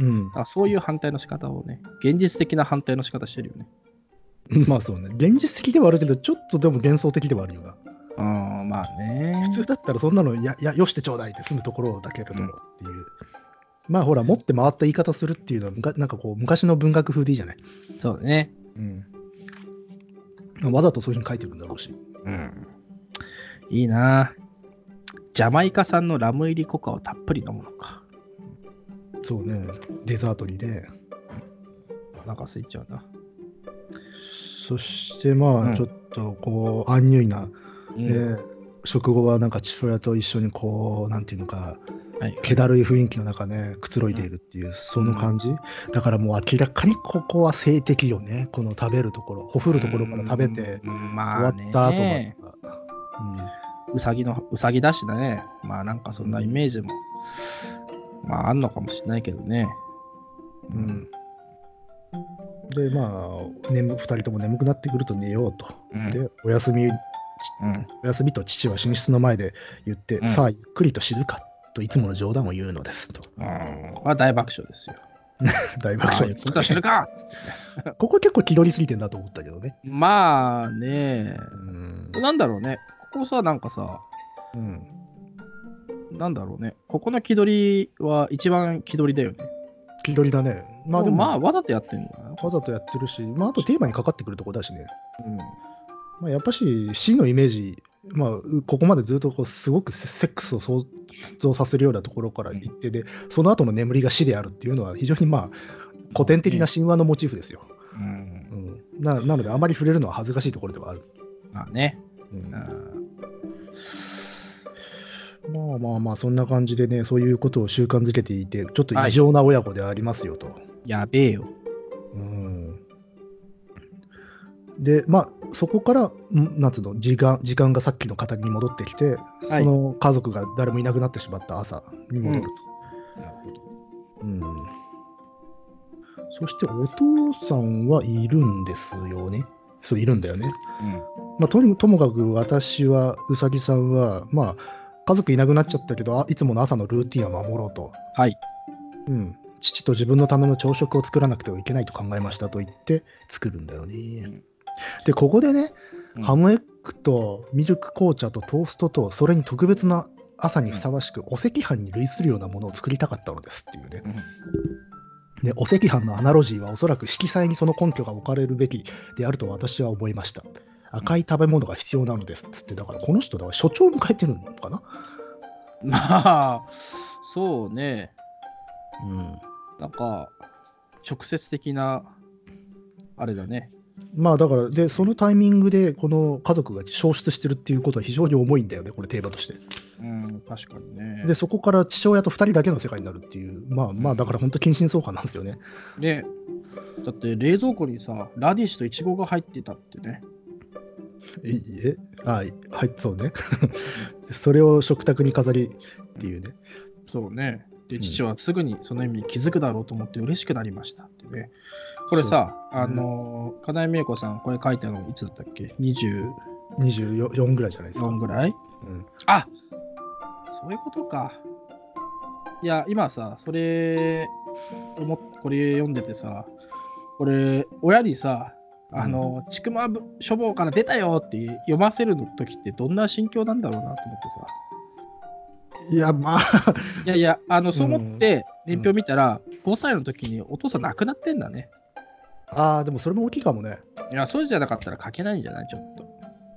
S2: うん、
S1: あそういう反対の仕方をね、現実的な反対の仕方してるよね。
S2: まあそうね、現実的ではあるけど、ちょっとでも幻想的ではあるよな。
S1: ああ、まあね。
S2: 普通だったらそんなのややよしてちょうだいって済むところだけれどもっていう、まあほら持って回った言い方するっていうのはむかなんかこう昔の文学風でいいじゃない、
S1: そうだね。
S2: わざとそういうふうに書いてるんだろうし
S1: うん。いいなジャマイカ産のラム入りコカをたっぷり飲むのか。
S2: そうねデザートにで
S1: お腹空いちゃうな。
S2: そしてま
S1: うん
S2: あちょっとこう、アンニュイな、
S1: うん
S2: えー食後はなんか父親と一緒にこうなんていうのか
S1: はい、
S2: 気だるい雰囲気の中ねくつろいでいるっていう、その感じだからもう明らかにここは性的よねこの食べるところほふるところから食べて、
S1: うん、ま
S2: 終
S1: あ、
S2: わった後
S1: ね、
S2: まで
S1: うさぎの、うさぎだしね。まあなんかそんなイメージも、まああんのかもしれないけどね。
S2: うんうんでまあ眠2人とも眠くなってくると寝ようと、
S1: うん
S2: でおやすみ
S1: うん。
S2: おやすみと父は寝室の前で言って、
S1: うん
S2: さあゆっくりと死ぬかといつもの冗談を言うのですと
S1: うん。これは大爆笑ですよ。
S2: 大爆
S1: 爆
S2: 笑
S1: 笑
S2: で
S1: つ
S2: す
S1: ると知るかっつって
S2: ここ結構気取りすぎてんだと思ったけどね
S1: まあね。
S2: うん
S1: なんだろうね。ここさ、なんかさ、
S2: うん
S1: なんだろうね。ここの気取りは一番気取りだよね。
S2: 気取りだねまあでも
S1: まあ、わざとやってんだよ。
S2: わざとやってるし、まあ、あとテーマにかかってくるとこだしね、
S1: うん
S2: まあ、やっぱし C のイメージ、まあ、うここまでずっとこうすごくセセックスを想像させるようなところから言ってでその後の眠りが死であるっていうのは非常にまあ古典的な神話のモチーフですよ、
S1: うん。
S2: うん、ななのであまり触れるのは恥ずかしいところではある、
S1: まあね。
S2: うん
S1: う
S2: ま
S1: ん
S2: あまあまあそんな感じでねそういうことを習慣づけていてちょっと異常な親子でありますよと、
S1: やべえよ。
S2: うんでまあそこからんなんつうの時間時間がさっきの語りに戻ってきて、
S1: はい
S2: その家族が誰もいなくなってしまった朝に戻る
S1: なるほど。
S2: と、うんそしてお父さんはいるんですよねそういるんだよね、
S1: うん。
S2: まあ、とにともかく私はうさぎさんはまあ家族いなくなっちゃったけどあいつもの朝のルーティンは守ろうと、
S1: はい。
S2: うん、父と自分のための朝食を作らなくてはいけないと考えましたと言って作るんだよね。
S1: ん
S2: でここでね、
S1: うん
S2: ハムエッグとミルク紅茶とトーストとそれに特別な朝にふさわしく、お赤飯に類するようなものを作りたかったのですっていうね。でお赤飯のアナロジーはおそらく色彩にその根拠が置かれるべきであると私は思いました。赤い食べ物が必要なのですっつってだからこの人だから所長を迎えてるのかな
S1: まあ、そうね。うん。なんか、直接的な、あれだね。
S2: まあだから、で、そのタイミングで、この家族が消失してるっていうことは非常に重いんだよね、これ、テーマとして。
S1: うん、確かにね。
S2: で、そこから父親と2人だけの世界になるっていう、まあまあ、だから本当、近親相関なんですよね。
S1: で、だって冷蔵庫にさ、ラディッシュとイチゴが入ってたってね。
S2: え、えあ、はい、そ うね。でそれを食卓に飾りっていうね。
S1: そうね。
S2: う
S1: で、
S2: ん
S1: 父はすぐにその意味に気づくだろうと思って嬉しくなりましたってね。これさ、
S2: そう
S1: あのー、金井美恵子さん、これ書いたのいつだったっけ ?24
S2: 24ぐらいじゃないですか。
S1: ぐらい
S2: うん
S1: あそういうことか。いや、今さ、それ、思っこれ読んでてさ、これ、親にさ、あの、ちくまぶ書房から出たよって読ませるの時ってどんな心境なんだろうなと思ってさ。
S2: いや、まあ、
S1: いやいや、あの、そう
S2: うん
S1: 思って年表見たら、5歳の時にお父さん亡くなってんだね。
S2: ああ、でもそれも大きいかもね。
S1: いや、そうじゃなかったら書けないんじゃないちょっと。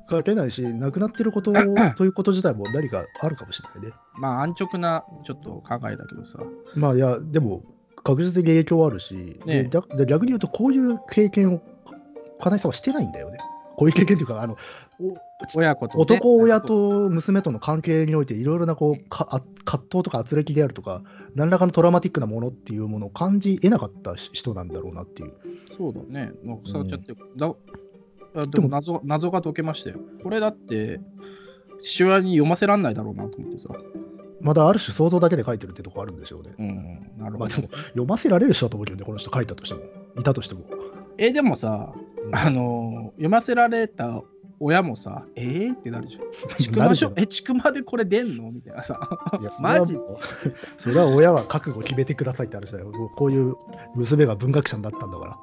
S2: 書けないし、亡くなってることということ自体も何かあるかもしれないね。
S1: まあ、安直な、ちょっと考えだけどさ。
S2: まあいや、でも確実に影響はあるし、
S1: ねえ
S2: でだで逆に言うと、こういう経験を金井さんはしてないんだよね。こういう経験というか、あの
S1: 親子と、ね、
S2: 男親と娘との関係において、いろいろなこうかあ葛藤とか圧力であるとか、何らかのトラウマティックなものっていうものを感じ得なかったし人なんだろうなっていう。
S1: そうだね、なくさ
S2: うん
S1: ちゃって、だあで
S2: で
S1: も
S2: も
S1: 謎謎が解けましたよ。これだって、父親に読ませらんないだろうなと思ってさ。
S2: まだある種想像だけで書いてるってとこあるんでしょうね。
S1: うん、なる
S2: ま
S1: ほ
S2: あ
S1: ど
S2: で。も、読ませられる人だと思うけどね、この人書いたとしても、いたとしても。
S1: え、でもさ、
S2: うん
S1: あのー読ませられた親もさ、えーってなるじゃん。ちく
S2: な
S1: ま
S2: る
S1: し
S2: じゃ
S1: ょ
S2: ん、
S1: え、ちくまでこれ出んのみたいなさ。
S2: いやそれは
S1: マジ
S2: それは親は覚悟決めてくださいって話だよ。もうこういう娘が文学者になったんだか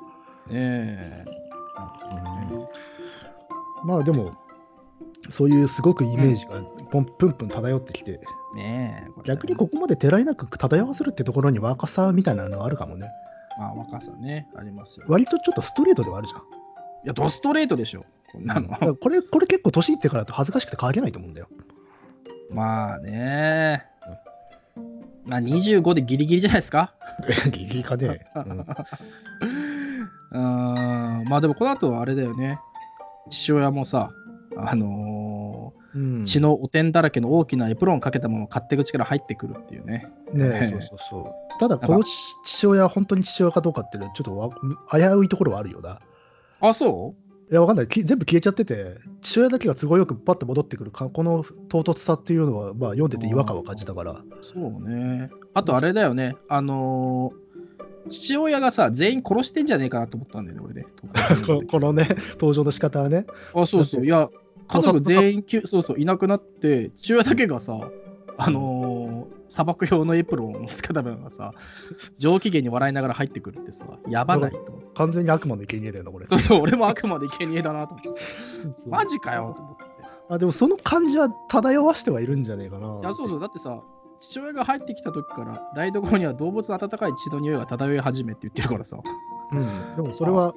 S2: ら。
S1: ねえ。
S2: まあでも、そういうすごくイメージがポンプンプン漂ってきて、
S1: ねえ。これ
S2: 逆にここまでてらいなく漂わせるってところに若さみたいなのがあるかもね。
S1: まあ、若さね、ありますよ。
S2: 割とちょっとストレートではあるじゃん。
S1: いや、ドストレートでしょ。こんなの
S2: だ。からこれ、これ結構年いってからだと恥ずかしくて書けないと思うんだよ。
S1: まあねまあ、25でギリギリじゃないですか。
S2: ギリギリかね。うん
S1: うーんまあでもこの後はあれだよね父親もさあの
S2: う
S1: ー
S2: ん
S1: 血のお点だらけの大きなエプロンかけたものを勝手口から入ってくるっていうね
S2: ねそうそうそう。ただ、この父父親、本当に父親かどうかっていうのは、ちょっとわ危ういところはあるよな。
S1: あそ
S2: いや、わかんない。き全部消えちゃってて、父親だけが都合よくパッと戻ってくるか、この唐突さっていうのは、まあ、読んでて違和感を感じたから。
S1: うそうねあとあれだよねあのー父親がさ全員殺してんじゃねえかなと思ったんだよね俺ね
S2: ここのね、登場の仕方はね。
S1: あそうそういや家族全員きゅそうそういなくなって父親だけがさあのー砂漠用のエプロンをつけた分がさ上機嫌に笑いながら入ってくるってさやばないと思って
S2: 完全に悪魔の生贄だよな、これ。
S1: そうそう、俺もあくまで生贄だなと思って。
S2: そう
S1: マジかよと思って。
S2: あでも、その感じは漂わしてはいるんじゃねえかな。
S1: いや、そうそう、だってさ、父親が入ってきた時から台所には動物の温かい血の匂いが漂い始めって言ってるからさ。
S2: うん、でも、それは、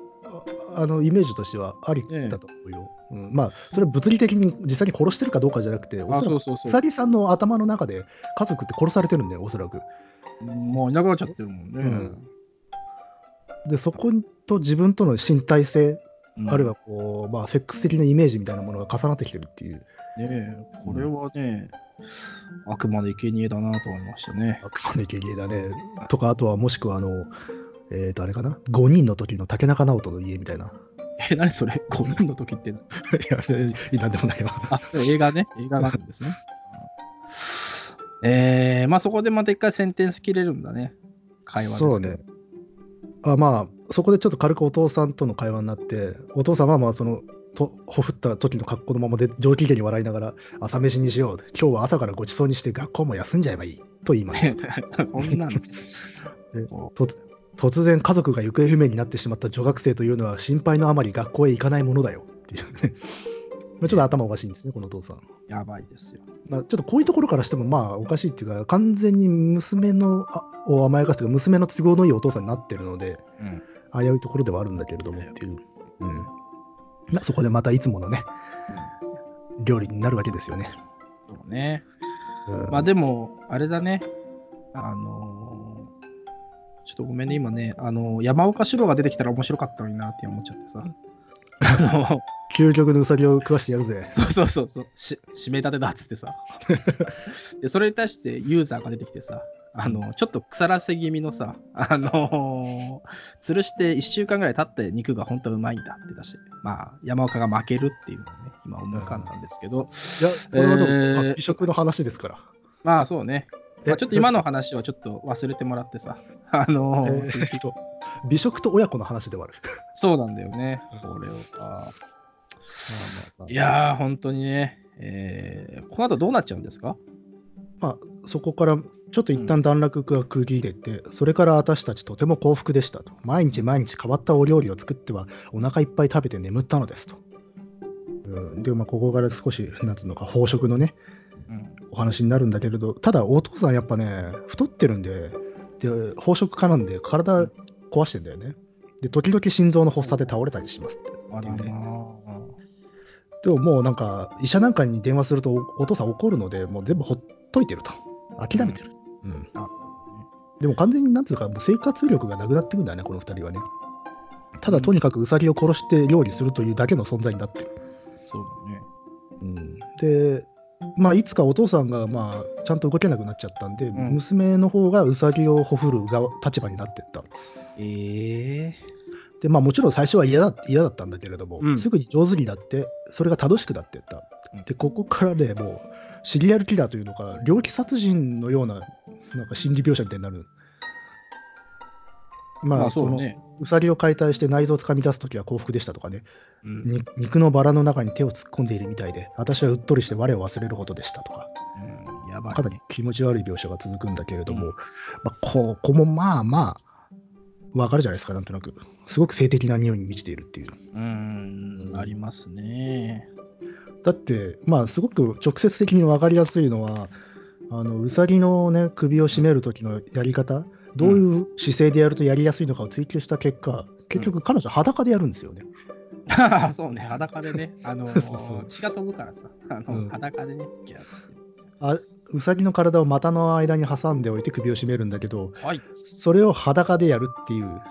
S2: ああの、イメージとしてはありだと思うよ。うん、まあ、それは物理的に実際に殺してるかどうかじゃなくて、お
S1: あ、
S2: そ
S1: そ
S2: ら
S1: う
S2: く、
S1: そう
S2: う
S1: そ
S2: さぎさんの頭の中で家族って殺されてるんだよ、おそらく。
S1: う。もういなくなっちゃってるもんね。
S2: で、そこと自分との身体性
S1: うん
S2: あるいはこう、まあ、セックス的なイメージみたいなものが重なってきてるっていう、
S1: ねえ、これはね、あくまで生贄だなと思いましたね。
S2: あくまでゲゲだね。とか、あとはもしくは、あの、えっ、と、あれかな、5人の時の竹中直人の家みたいな。
S1: え、何それ ?5 人の時って。
S2: いや、いやなんでもないわ。
S1: あ、でも映画ね。映画があるんですね。えー、まあそこでまた一回センテンス切れるんだね。会話ですけど
S2: そうね。あまあ、そこでちょっと軽くお父さんとの会話になって、お父さんはまあ、その、とほふった時の格好のままで上機嫌に笑いながら朝飯にしよう今日は朝からごちそうにして学校も休んじゃえばいいと言いまし た
S1: こんなの。
S2: 突突然家族が行方不明になってしまった女学生というのは心配のあまり学校へ行かないものだよっていうねまあちょっと頭おかしいんですねこのお父さん、
S1: やばいですよ。
S2: まあ、ちょっとこういうところからしてもまあおかしいっていうか完全に娘のあを甘やかすというか娘の都合のいいお父さんになってるので
S1: うん
S2: 危ういところではあるんだけれどもっていう、うんまあそこでまたいつものね料理になるわけですよね、
S1: そうね。
S2: うん
S1: まあでも、あれだね。あのーちょっとごめんね、今ね、あの、山岡四郎が出てきたら面白かったのになって思っちゃってさ。あの
S2: 究極のウサギを食わしてやるぜ。
S1: そうそうそうそう、し締め立てだっつって さ。で、それに対してユーザーが出てきてさ、あの、ちょっと腐らせ気味のさ、あのー吊るして1週間ぐらい経って肉が本当はうまいんだって出して、まあ、山岡が負けるっていうのをね、今思い浮かんだんですけど、
S2: いや、これはでも、
S1: えー
S2: あ美食の話ですから。
S1: まあそうね、まあ、
S2: え
S1: ちょっと今の話はちょっと忘れてもらってさ、あのー
S2: えーっと、美食と親子の話ではある。
S1: そうなんだよね、これは。いやー、本当にね、えーこの後どうなっちゃうんですか
S2: まあ、そこからちょっと一旦段落が区切れて、それから私たちとても幸福でしたと毎日毎日変わったお料理を作ってはお腹いっぱい食べて眠ったのですと、うん、で、まあ、ここから少しなんつうのか飽食のね
S1: うん、
S2: お話になるんだけれどただお父さんやっぱね太ってるんでで飽食家なんで体壊してんだよねで時々心臓の発作で倒れたりします
S1: あら
S2: っていうね
S1: まあ
S2: でももうなんか医者なんかに電話するとおお父さん怒るのでもう全部ほっといてると諦めてる、うん
S1: あ
S2: でも完全になんつうかもう生活力がなくなってくんだよねこの2人はねただとにかくウサギを殺して料理するというだけの存在になってる、
S1: そうだね。
S2: でまあいつかお父さんがまあちゃんと動けなくなっちゃったんで、
S1: ん
S2: 娘の方がウサギをほふる側立場になってった
S1: ええ
S2: でまあもちろん最初は嫌だ嫌だったんだけれども、
S1: うん
S2: すぐに上手になってそれが正しくなってった
S1: うん
S2: でここからねもうシリアルキラーというのか猟奇殺人のようななんか心理描写みたいになるまあ、
S1: まあそう
S2: この
S1: ね。
S2: ウサギを解体して内臓を掴み出す時は幸福でしたとかね、
S1: うん
S2: に肉のバラの中に手を突っ込んでいるみたいで私はうっとりして我を忘れるほどでしたとか
S1: うんやばい、ね。
S2: かなり気持ち悪い描写が続くんだけれども、
S1: うん
S2: まあ、ここもまあまあわかるじゃないですかなんとなくすごく性的な匂いに満ちているっていう
S1: うーん、ありますね。
S2: だってまあすごく直接的に分かりやすいのはあのウサギのね首を絞める時のやり方どういう姿勢でやるとやりやすいのかを追求した結果、結局彼女裸でやるんですよね、
S1: そうね、裸でね、あの
S2: そうそう
S1: 血が飛ぶからさ、あの
S2: うん
S1: 裸でね、ギャーッつってるんですよ
S2: ウサギの体を股の間に挟んでおいて首を絞めるんだけど
S1: はい。
S2: それを裸でやるっていうだか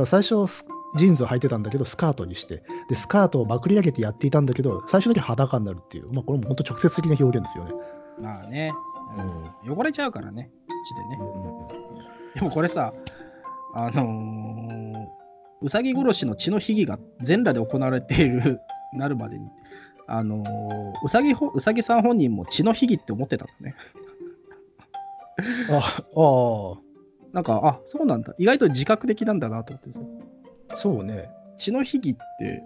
S2: ら最初スジーンズを履いてたんだけどスカートにしてでスカートをまくり上げてやっていたんだけど最終的に裸になるっていう、まあ、これも本当直接的な表現ですよね、
S1: まあね、うん汚れちゃうからね、血でね。でもこれさ、あのー、うさぎ殺しの血の秘儀が全裸で行われている なるまでに、あのー、うさぎほうさぎさん本人も血の秘儀って思ってたのね。
S2: ああ
S1: なんか、あそうなんだ、意外と自覚的なんだなと思ってさ、
S2: そうね
S1: 血の秘儀って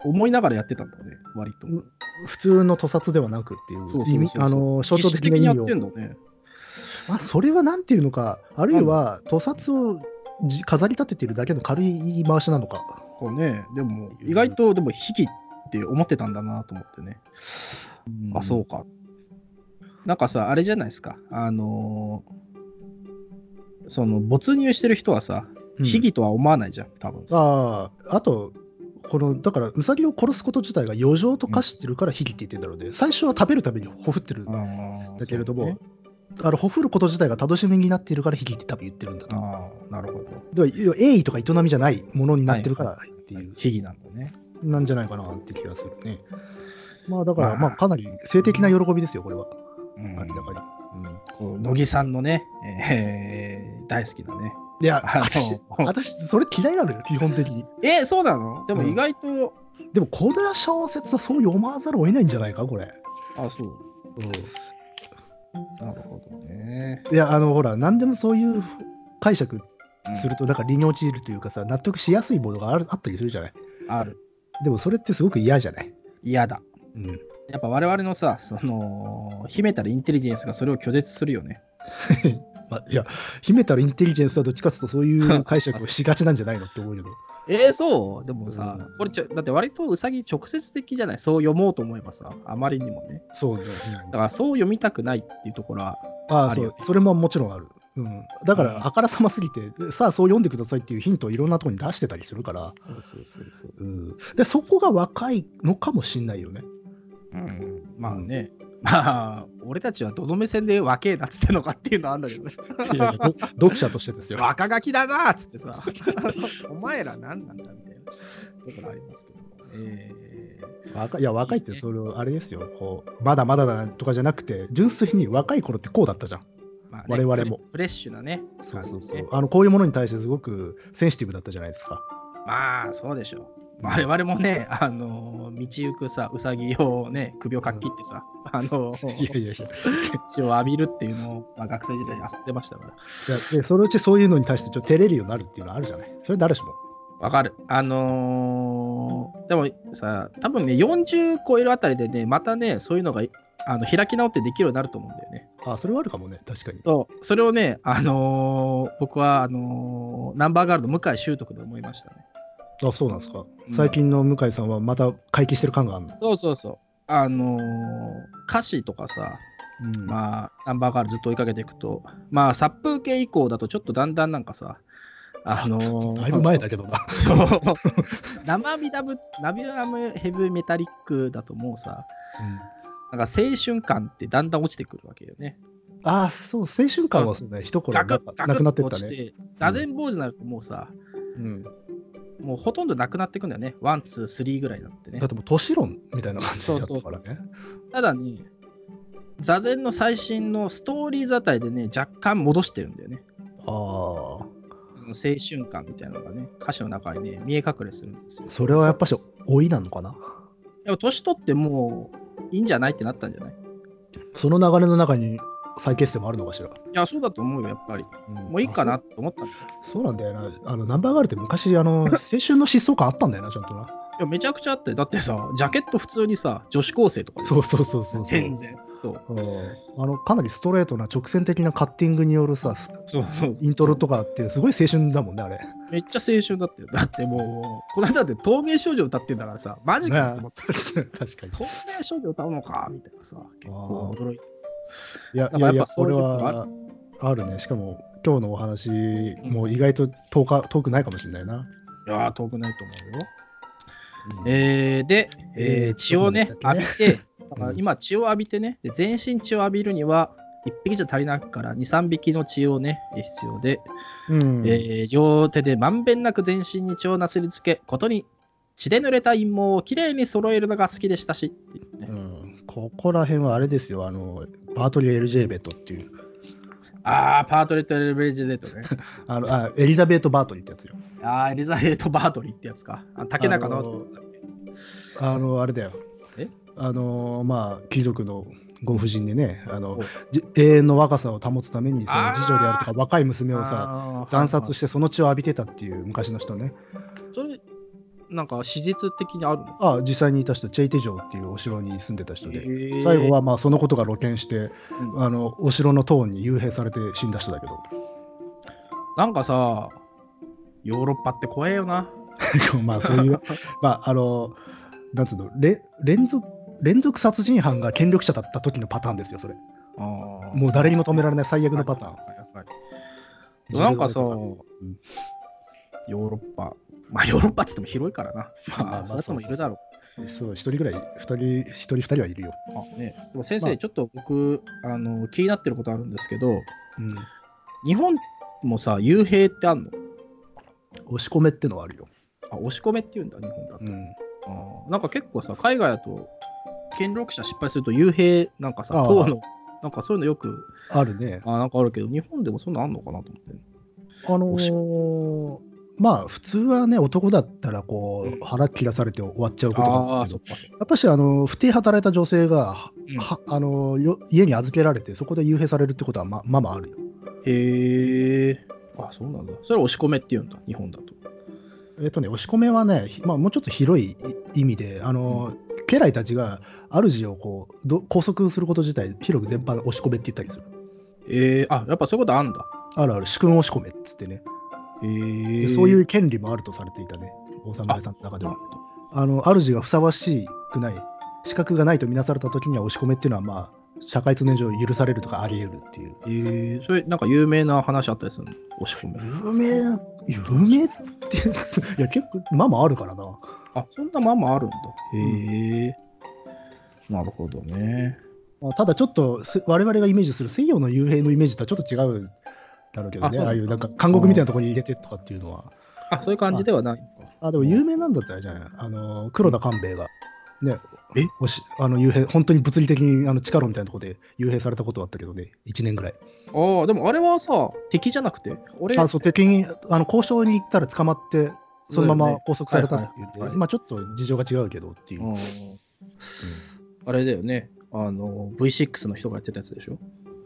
S1: 思いながらやってたんだね、割と。
S2: うん普通の屠殺ではなくってい
S1: そうそう
S2: う
S1: そう
S2: 意味
S1: そう
S2: あの象
S1: 意
S2: 徴
S1: 識的
S2: 的な
S1: に
S2: 意
S1: や
S2: 味
S1: っ
S2: を
S1: てんのね。
S2: あそれはなんていうのかあるいは屠殺をじ飾り立てているだけの軽い言い回しなのか
S1: こうね、でも意外とでも秘儀って思ってたんだなと思ってね。あ、そうか。なんかさ、あれじゃないですか。あのーその没入してる人はさ、
S2: うん
S1: 秘技とは思わないじゃん、多分。
S2: あああとこのだからウサギを殺すこと自体が余剰と化してるから悲劇って言ってるので最初は食べるためにほふってるんだ
S1: あー
S2: けれども、
S1: そうね
S2: あのほふること自体が楽しみになっているから悲劇って多分言ってるんだと
S1: あーなるほど。
S2: では要は栄意とか営みじゃないものになってるからっていう、
S1: 秘技なんだね。
S2: なんじゃないかなって気がするねまあだから
S1: まあ
S2: まあかなり性的な喜びですよこれは
S1: うん
S2: 明らかに、うん
S1: こう乃木さんのね、えー大好きなね。
S2: いや
S1: あの
S2: 私私それ嫌いなのよ基本的に
S1: えそうなのでも意外と、
S2: でもこの小説はそう読まざるを得ないんじゃないかこれ、
S1: あ、そう。なるほどね。
S2: いやあのほら何でもそういう解釈
S1: うん
S2: するとなんか理に陥るというかさ納得しやすいものがあるあったりするじゃない
S1: ある。
S2: でもそれってすごく嫌じゃない、
S1: 嫌だ。
S2: うん、
S1: やっぱ我々のさ、その、秘めたらインテリジェンスがそれを拒絶するよね。
S2: まいや秘めたらインテリジェンスはどっちかというとそういう解釈をしがちなんじゃないのって思うけど
S1: えー、そうでもさ、
S2: うん
S1: これちょ、だって割とウサギ直接的じゃないそう読もうと思えばさ、あまりにもね。
S2: そうね、
S1: だからそう読みたくないっていうところは、
S2: あ
S1: あ
S2: あ
S1: る
S2: そ
S1: よ
S2: うそれももちろんある、うん、だか
S1: うん
S2: らあからさますぎてさあそう読んでくださいっていうヒントをいろんなところに出してたりするから、
S1: そうそうそう。
S2: うん、でそこが若いのかもしんないよね
S1: ん、まあね、まあ、俺たちはどの目線で若えなっつってんのかっていうのはあんだけどね。
S2: いやいやど 読者としてですよ。
S1: 若書きだなっつってさ、 お前ら何なんだみたいなところありますけど。え
S2: 若いいや若いってそれをあれですよこうまだまだだとかじゃなくて純粋に若い頃ってこうだったじゃん
S1: ーまあ
S2: 我々も。
S1: フレッシュなね。
S2: そうそう
S1: 感
S2: そ
S1: じ
S2: う
S1: ね
S2: あのこういうものに対してすごくセンシティブだったじゃないですか
S1: まあ、そうでしょう。我々もね、あの道行くさ、うさぎをね、首をかっきってさ、あの
S2: いやいやいやい
S1: 血を浴びるっていうのを、まあ、学生時代に遊んでましたから。
S2: やでそのうちそういうのに対してちょっと照れるようになるっていうのはあるじゃないそれ誰しも
S1: わかる。あのーでもさ、多分ね、40超えるあたりでね、またね、そういうのがあの開き直ってできるようになると思うんだよね。
S2: あそれはあるかもね確かに
S1: そう。それをね、あのー僕は、あのーナンバーガールの向井修徳で思いましたね。
S2: あそうなんですか
S1: うん
S2: 最近の向井さんはまた回帰してる感があるの、
S1: そうそうそう。あのー歌詞とかさ、
S2: うんあ
S1: まあ、ナンバーガールずっと追いかけていくと、まあ、殺風景以降だとちょっとだんだんなんかさ、あのー
S2: だいぶ前だけどな
S1: そう。 生ビダブ、ナビラムヘブメタリックだともうさ、なんか青春感ってだんだん落ちてくるわけよね。
S2: あそう青春感はそうね一頃
S1: ガク
S2: な
S1: ッ
S2: く
S1: ガ
S2: な
S1: ク
S2: くな
S1: ッ
S2: って
S1: と
S2: っ
S1: 落
S2: た
S1: ち
S2: ね、
S1: て、座禅坊主になるともうさ、
S2: うん、だ
S1: もうほとんどなくなってくんだよね。ワン、ツー、スリーぐらいになってね
S2: っ。てもう都市論みたいな感じだったからね
S1: ただね、座禅の最新のストーリー座体でね、若干戻してるんだよね。あ
S2: ああ
S1: の青春感みたいなのがね、歌詞の中にね、見え隠れするんですよ。
S2: それはやっぱし老いなのかな
S1: でも年取ってもういいんじゃないってなったんじゃない
S2: その流れの中に再結成もあるのかしら、
S1: いや、そうだと思うよ、やっぱり。もういいかなと思ったんだけど
S2: あそうそうなんだよなあのナンバーガールって昔 あの青春の疾走感あったんだよなちゃんとない
S1: や、めちゃくちゃあって、だってさ、ジャケット普通にさ、女子高生とかで
S2: そうそうそうそう
S1: 全然。そう。
S2: うんあのかなりストレートな直線的なカッティングによるさス
S1: そうそう
S2: イントロとかってすごい青春だもんねあれ
S1: めっちゃ青春だったよ。だってもう、この間だって透明少女歌ってんだからさ、マジかと思って、
S2: ね 確かに
S1: 透明少女歌うのかみたいなさ、結構驚いた。
S2: いや
S1: だ
S2: い
S1: からやっ
S2: や
S1: ぱ
S2: いや
S1: そ
S2: こ
S1: うい
S2: れ
S1: うことがある
S2: はあるねしかも今日のお話もう意外と遠か遠くないかもしれないな、
S1: いやー、遠くないと思うよ。えー、で、え
S2: え
S1: ー
S2: ー
S1: 血をね
S2: ちょっと
S1: 浴
S2: 待
S1: び、
S2: ってん
S1: だから今血を浴びてねで全身血を浴びるには1匹じゃ足りないから23匹の血をね必要で、
S2: うん
S1: えー両手でまんべんなく全身に血をなすりつけことに血で濡れた陰毛をきれいに揃えるのが好きでしたしっていうね
S2: うんここら辺はあれですよ、あの、バートリー・エルジェベットっていう、
S1: ああパートレット・エルベージェデートね
S2: あのあエリザベート・バートリーってやつよ。
S1: ああエリザベート・バートリーってやつかあ竹中直人
S2: あのー
S1: だっけ
S2: あの、あれだよ。
S1: え
S2: あの、まあ、貴族のご婦人でね、あの
S1: お、
S2: じ永遠の若さを保つために、そ
S1: あ
S2: の
S1: ー
S2: 次女であるとか、若い娘をさ、
S1: あー
S2: 惨殺
S1: はい
S2: してその血を浴びてたっていう昔の人ね。
S1: はいそれなんか史実的にあるの
S2: あ実際にいた人、チェイテ城っていうお城に住んでた人で。
S1: へー
S2: 最後はまあそのことが露見して、
S1: うん
S2: あのお城の塔に幽閉されて死んだ人だけ ど
S1: なんかさ、ヨーロッパって怖えよな。
S2: まあそういうまああのなんつうのれ連続連続殺人犯が権力者だった時のパターンですよそれも
S1: も
S2: う誰にも止められない最悪のパターン
S1: ンなんかさ、
S2: う
S1: ヨーロッパ、まあヨーロッパっつっても広いからな。
S2: ま
S1: ま
S2: あ
S1: あ、そうやつもいるだろう。
S2: そう一人ぐらい二人一人二人はいるよ、
S1: あね、でも先
S2: ま
S1: 生、
S2: あ
S1: ちょっと僕あの、気になってることあるんですけど、
S2: うん、
S1: 日本もさ、幽閉ってあんの
S2: 押し込めってのはあるよ、
S1: あ、押し込めって言うんだ、日本だと。
S2: うん、
S1: あーなんか結構さ、海外だと、権力者失敗すると幽閉なんかさ、
S2: あー
S1: 党の、なんかそういうのよく、
S2: あるね
S1: あーなんかあるけど、日本でもそんなのあんのかなと思って。
S2: あのーまあ普通はね男だったらこ
S1: うん
S2: う腹切らされて終わっちゃうことが
S1: あ
S2: あ
S1: あ、
S2: るけ
S1: そっ
S2: ど
S1: かそっか。
S2: やっぱしあの不定働いた女性が、は
S1: うん
S2: あのよ家に預けられてそこで幽閉されるってことはままあまああるよ
S1: へえ。あ、そうなんだ。それ押し込めって言うんだ、日本だと。
S2: えっとね、押し込めはね、ひまあ、もうちょっと広いい意味で、あの家来たちが主をこうど拘束すること自体、広く全般押し込めって言ったりする。
S1: ええあ、やっぱそういうことあんだ。
S2: あるある、主君押し込めっつってね、
S1: へ
S2: で
S1: え。
S2: そういう権利もあるとされていたね、お侍さんの中では。あの主がふさわしくない、資格がないとみなされた時には押し込めっていうのは、まあ、社会通念上許されるとかあり得るっていう。
S1: ええそれ、なんか有名な話あったりするの押し込め。
S2: 有名な、有名って、 いや、結構、まあまああるからな。
S1: あ、そんなまんまあるんだ。へえ。なるほどね。
S2: まあただちょっとす我々がイメージする西洋の幽閉のイメージとはちょっと違うだろうけど
S1: あそうなん
S2: ね、あ
S1: だ
S2: あいうなんか監獄みたいなところに入れてとかっていうのは。
S1: あ、そういう感じではないのか。
S2: あでも有名なんだったらじゃないあの黒田官兵衛が、ね、
S1: え
S2: おしあの幽閉本当に物理的にあの地下牢みたいなところで幽閉されたことはあったけどね、1年ぐらい。
S1: ああ、でもあれはさ、敵じゃなくて、俺、
S2: あそう敵にあの交渉に行ったら捕まって、そのまま拘束されたって言って、
S1: はいはいはい
S2: まあちょっと事情が違うけどっていう。
S1: うんあれだよね。あの V6 の人がやってたやつでしょ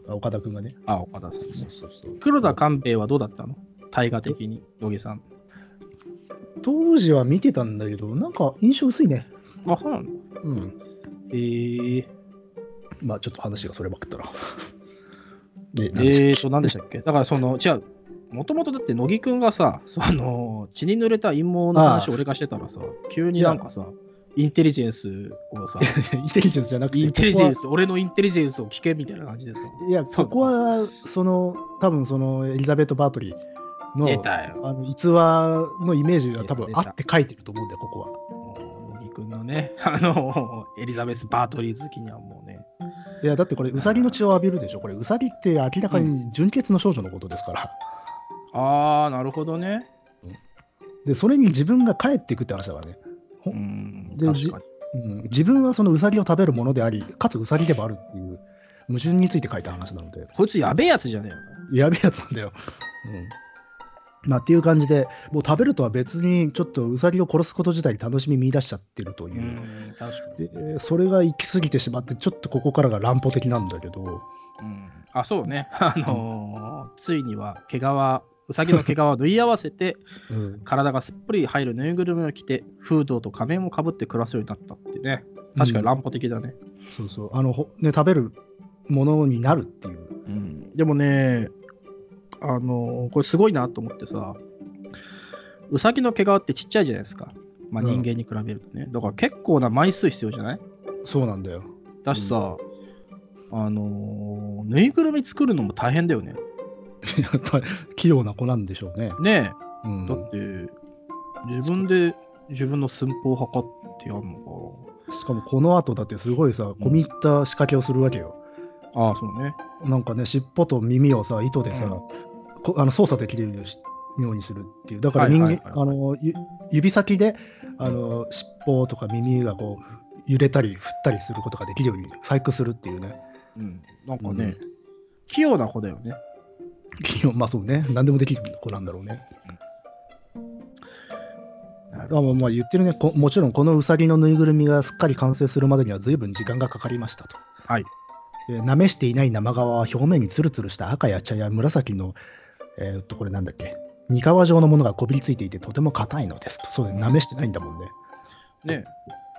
S2: あ岡田君がね。
S1: あ、岡田さんね。
S2: そうそう
S1: 黒田官兵衛はどうだったの大河的に、野木さん。
S2: 当時は見てたんだけど、なんか印象薄いね。
S1: あ、そうなの
S2: うん。
S1: えー、
S2: まあちょっと話がそればっかったら。で、
S1: えー と、何でしたっけだからその、違う。もともとだって乃木くんがさ、その血に濡れた陰謀の話
S2: あ
S1: を俺がしてたらさ、急になんかさ、インテリジェンスをさ、
S2: インテリジェンスじゃなくて、
S1: インテリジェンス、俺のインテリジェンスを聞けみたいな感じでさ。
S2: いや、そこは、その、多分その、エリザベート・バートリーの、
S1: 出たよ。
S2: あの逸話のイメージが多分
S1: 出
S2: あ
S1: た
S2: って書いてると思うんだよ、ここは。
S1: もう乃木くんのね、 あの、エリザベス・バートリー好きにはもうね、
S2: いや、だってこれ、ウサギの血を浴びるでしょ。これ、ウサギって明らかに純血の少女のことですから。
S1: あー、なるほどね。
S2: で、それに自分が帰っていくって話だからね。
S1: うん、
S2: で
S1: 確かに。
S2: うん、自分はそのウサギを食べるものであり、かつウサギでもあるっていう矛盾について書いた話なので、
S1: こいつやべえやつじゃねえよな。
S2: やべえやつなんだよ。うん。まあ、っていう感じで、もう食べるとは別に、ちょっとウサギを殺すこと自体に楽しみ見出しちゃってるというう。
S1: ん、確かに。
S2: でそれが行き過ぎてしまってちょっとここからが乱歩的なんだけど
S1: うん、あ、そうね。 あのーついには毛皮、うさぎの毛皮を縫い合わせて、体がすっぽり入るぬいぐるみを着て、フードと仮面をかぶって暮らすようになったってね。確かに乱歩的だね。
S2: そうそうあのほね食べるものになるっていう
S1: でもね、あのこれすごいなと思ってさ、ウサギの毛皮ってちっちゃいじゃないですか。まあ
S2: うん
S1: 人間に比べるとね。だから結構な枚数必要じゃない
S2: そうなんだよ
S1: だしさ、あのーぬいぐるみ作るのも大変だよね。
S2: やっぱり器用な子なんでしょうね、
S1: ね
S2: うん
S1: え、だって、自分で自分の寸法を測ってやるの
S2: しかもこの後だってすごいさ込み入った仕掛けをするわけよ、
S1: かな。ああ、そうね。
S2: なんかね尻尾と耳をさ糸でさ、
S1: うん
S2: こあの操作できるようにしようにするっていうだから人間、
S1: はいはいはい
S2: あのゆ指先であの尻尾とか耳がこう揺れたり振ったりすることができるように細工するっていうね
S1: うん。なんかね、器用な子だよね。
S2: 企業 まあそうね、何でもできる子なんだろうね。
S1: なる
S2: あまあまあ言ってるねこもちろんこのうさぎのぬいぐるみがすっかり完成するまでには随分時間がかかりましたと。
S1: はい。
S2: えー、なめしていない生皮は表面にツルツルした赤や茶や紫の、えーっと、これなんだっけ、煮皮状のものがこびりついていてとても硬いのですと。そうね、なめしてないんだもんね。
S1: ね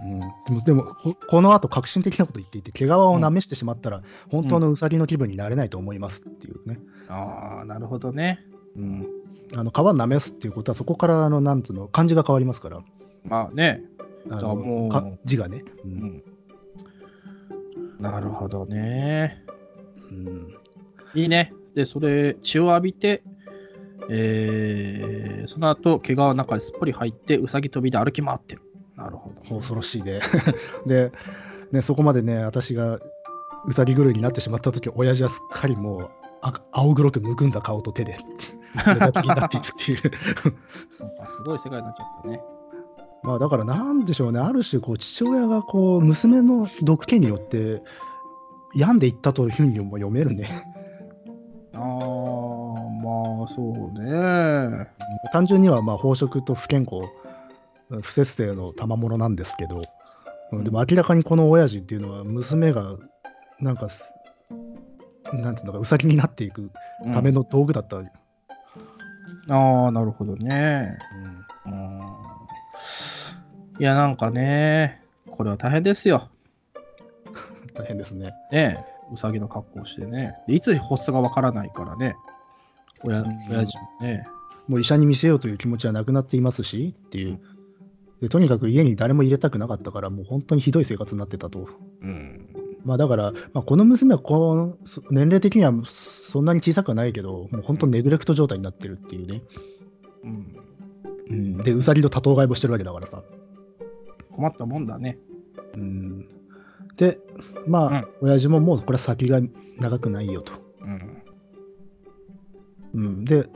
S2: うん、でもでもここの後革新的なこと言っていて毛皮をなめしてしまったら、本当のうさぎの気分になれないと思いますっていうね、
S1: ああ、なるほどね。うん。
S2: あの皮なめすっていうことはそこからあのなんつうの漢字が変わりますから
S1: まあね。
S2: あ
S1: じゃあ
S2: の
S1: もう
S2: か字がね、
S1: う
S2: う
S1: んん。なるほどね。
S2: うん
S1: いいね。で、それ、血を浴びて、えー、その後、毛皮の中にすっぽり入って、うさぎ跳びで歩き回ってる。なるほど。
S2: 恐ろしいね でねそこまでね私がうさぎ狂いになってしまった時親父はすっかりもうあ青黒くむくんだ顔 と手で目立ちになっていくっていう
S1: なんかすごい世界になっちゃったね。
S2: まあだからなんでしょうねある種こう父親がこう娘の毒気によって病んでいったというふうにも読めるね
S1: あー、まあ、そうね。
S2: 単純にはまあ飽食と不健康不節制の賜物なんですけど、でも明らかにこの親父っていうのは娘がなんかすなんていうのかうさぎになっていくため
S1: の。
S2: の道具だった、うん
S1: あー、なるほどね。うん。いや、なんかね、これは大変ですよ。
S2: 大変ですね
S1: ねえ、うさぎの格好をしてね。でいつ発作がわからないからね。親
S2: うん
S1: 親父もね。
S2: もう医者に見せようという気持ちはなくなっていますしっていうでとにかく家に誰も入れたくなかったからもう本当にひどい生活になってたと
S1: うん。
S2: まあだから、まあ、この娘はこのそ年齢的にはそんなに小さくはないけどもう本当ネグレクト状態になってるっていうね、
S1: うん、
S2: うん、でうさぎの多頭飼いもしてるわけだからさ
S1: 困ったもんだね。
S2: うんで、まあ、
S1: うん
S2: 親父ももうこれは先が長くないよと。
S1: うん。
S2: うん、で、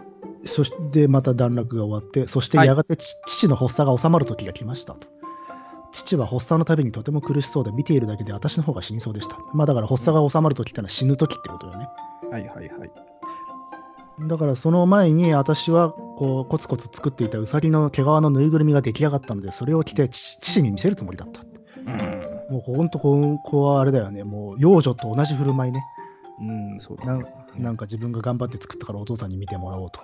S2: そしてまた段落が終わって、そして
S1: はい
S2: やがてち、父の発作が収まる時が来ましたと。父は発作のたびにとても苦しそうで、見ているだけで私の方が死にそうでした。まあだから発作が収まる時ってのは死ぬ時ってことだよね。
S1: はいはいはい。
S2: だからその前に私はこうコツコツ作っていたウサギの毛皮のぬいぐるみが出来上がったのでそれを着て父父に見せるつもりだった
S1: うん。
S2: もうほんとこの子はあれだよねもう幼女と同じ振る舞いね
S1: うん、そうだ
S2: な
S1: ね。
S2: なんか自分が頑張って作ったからお父さんに見てもらおうと、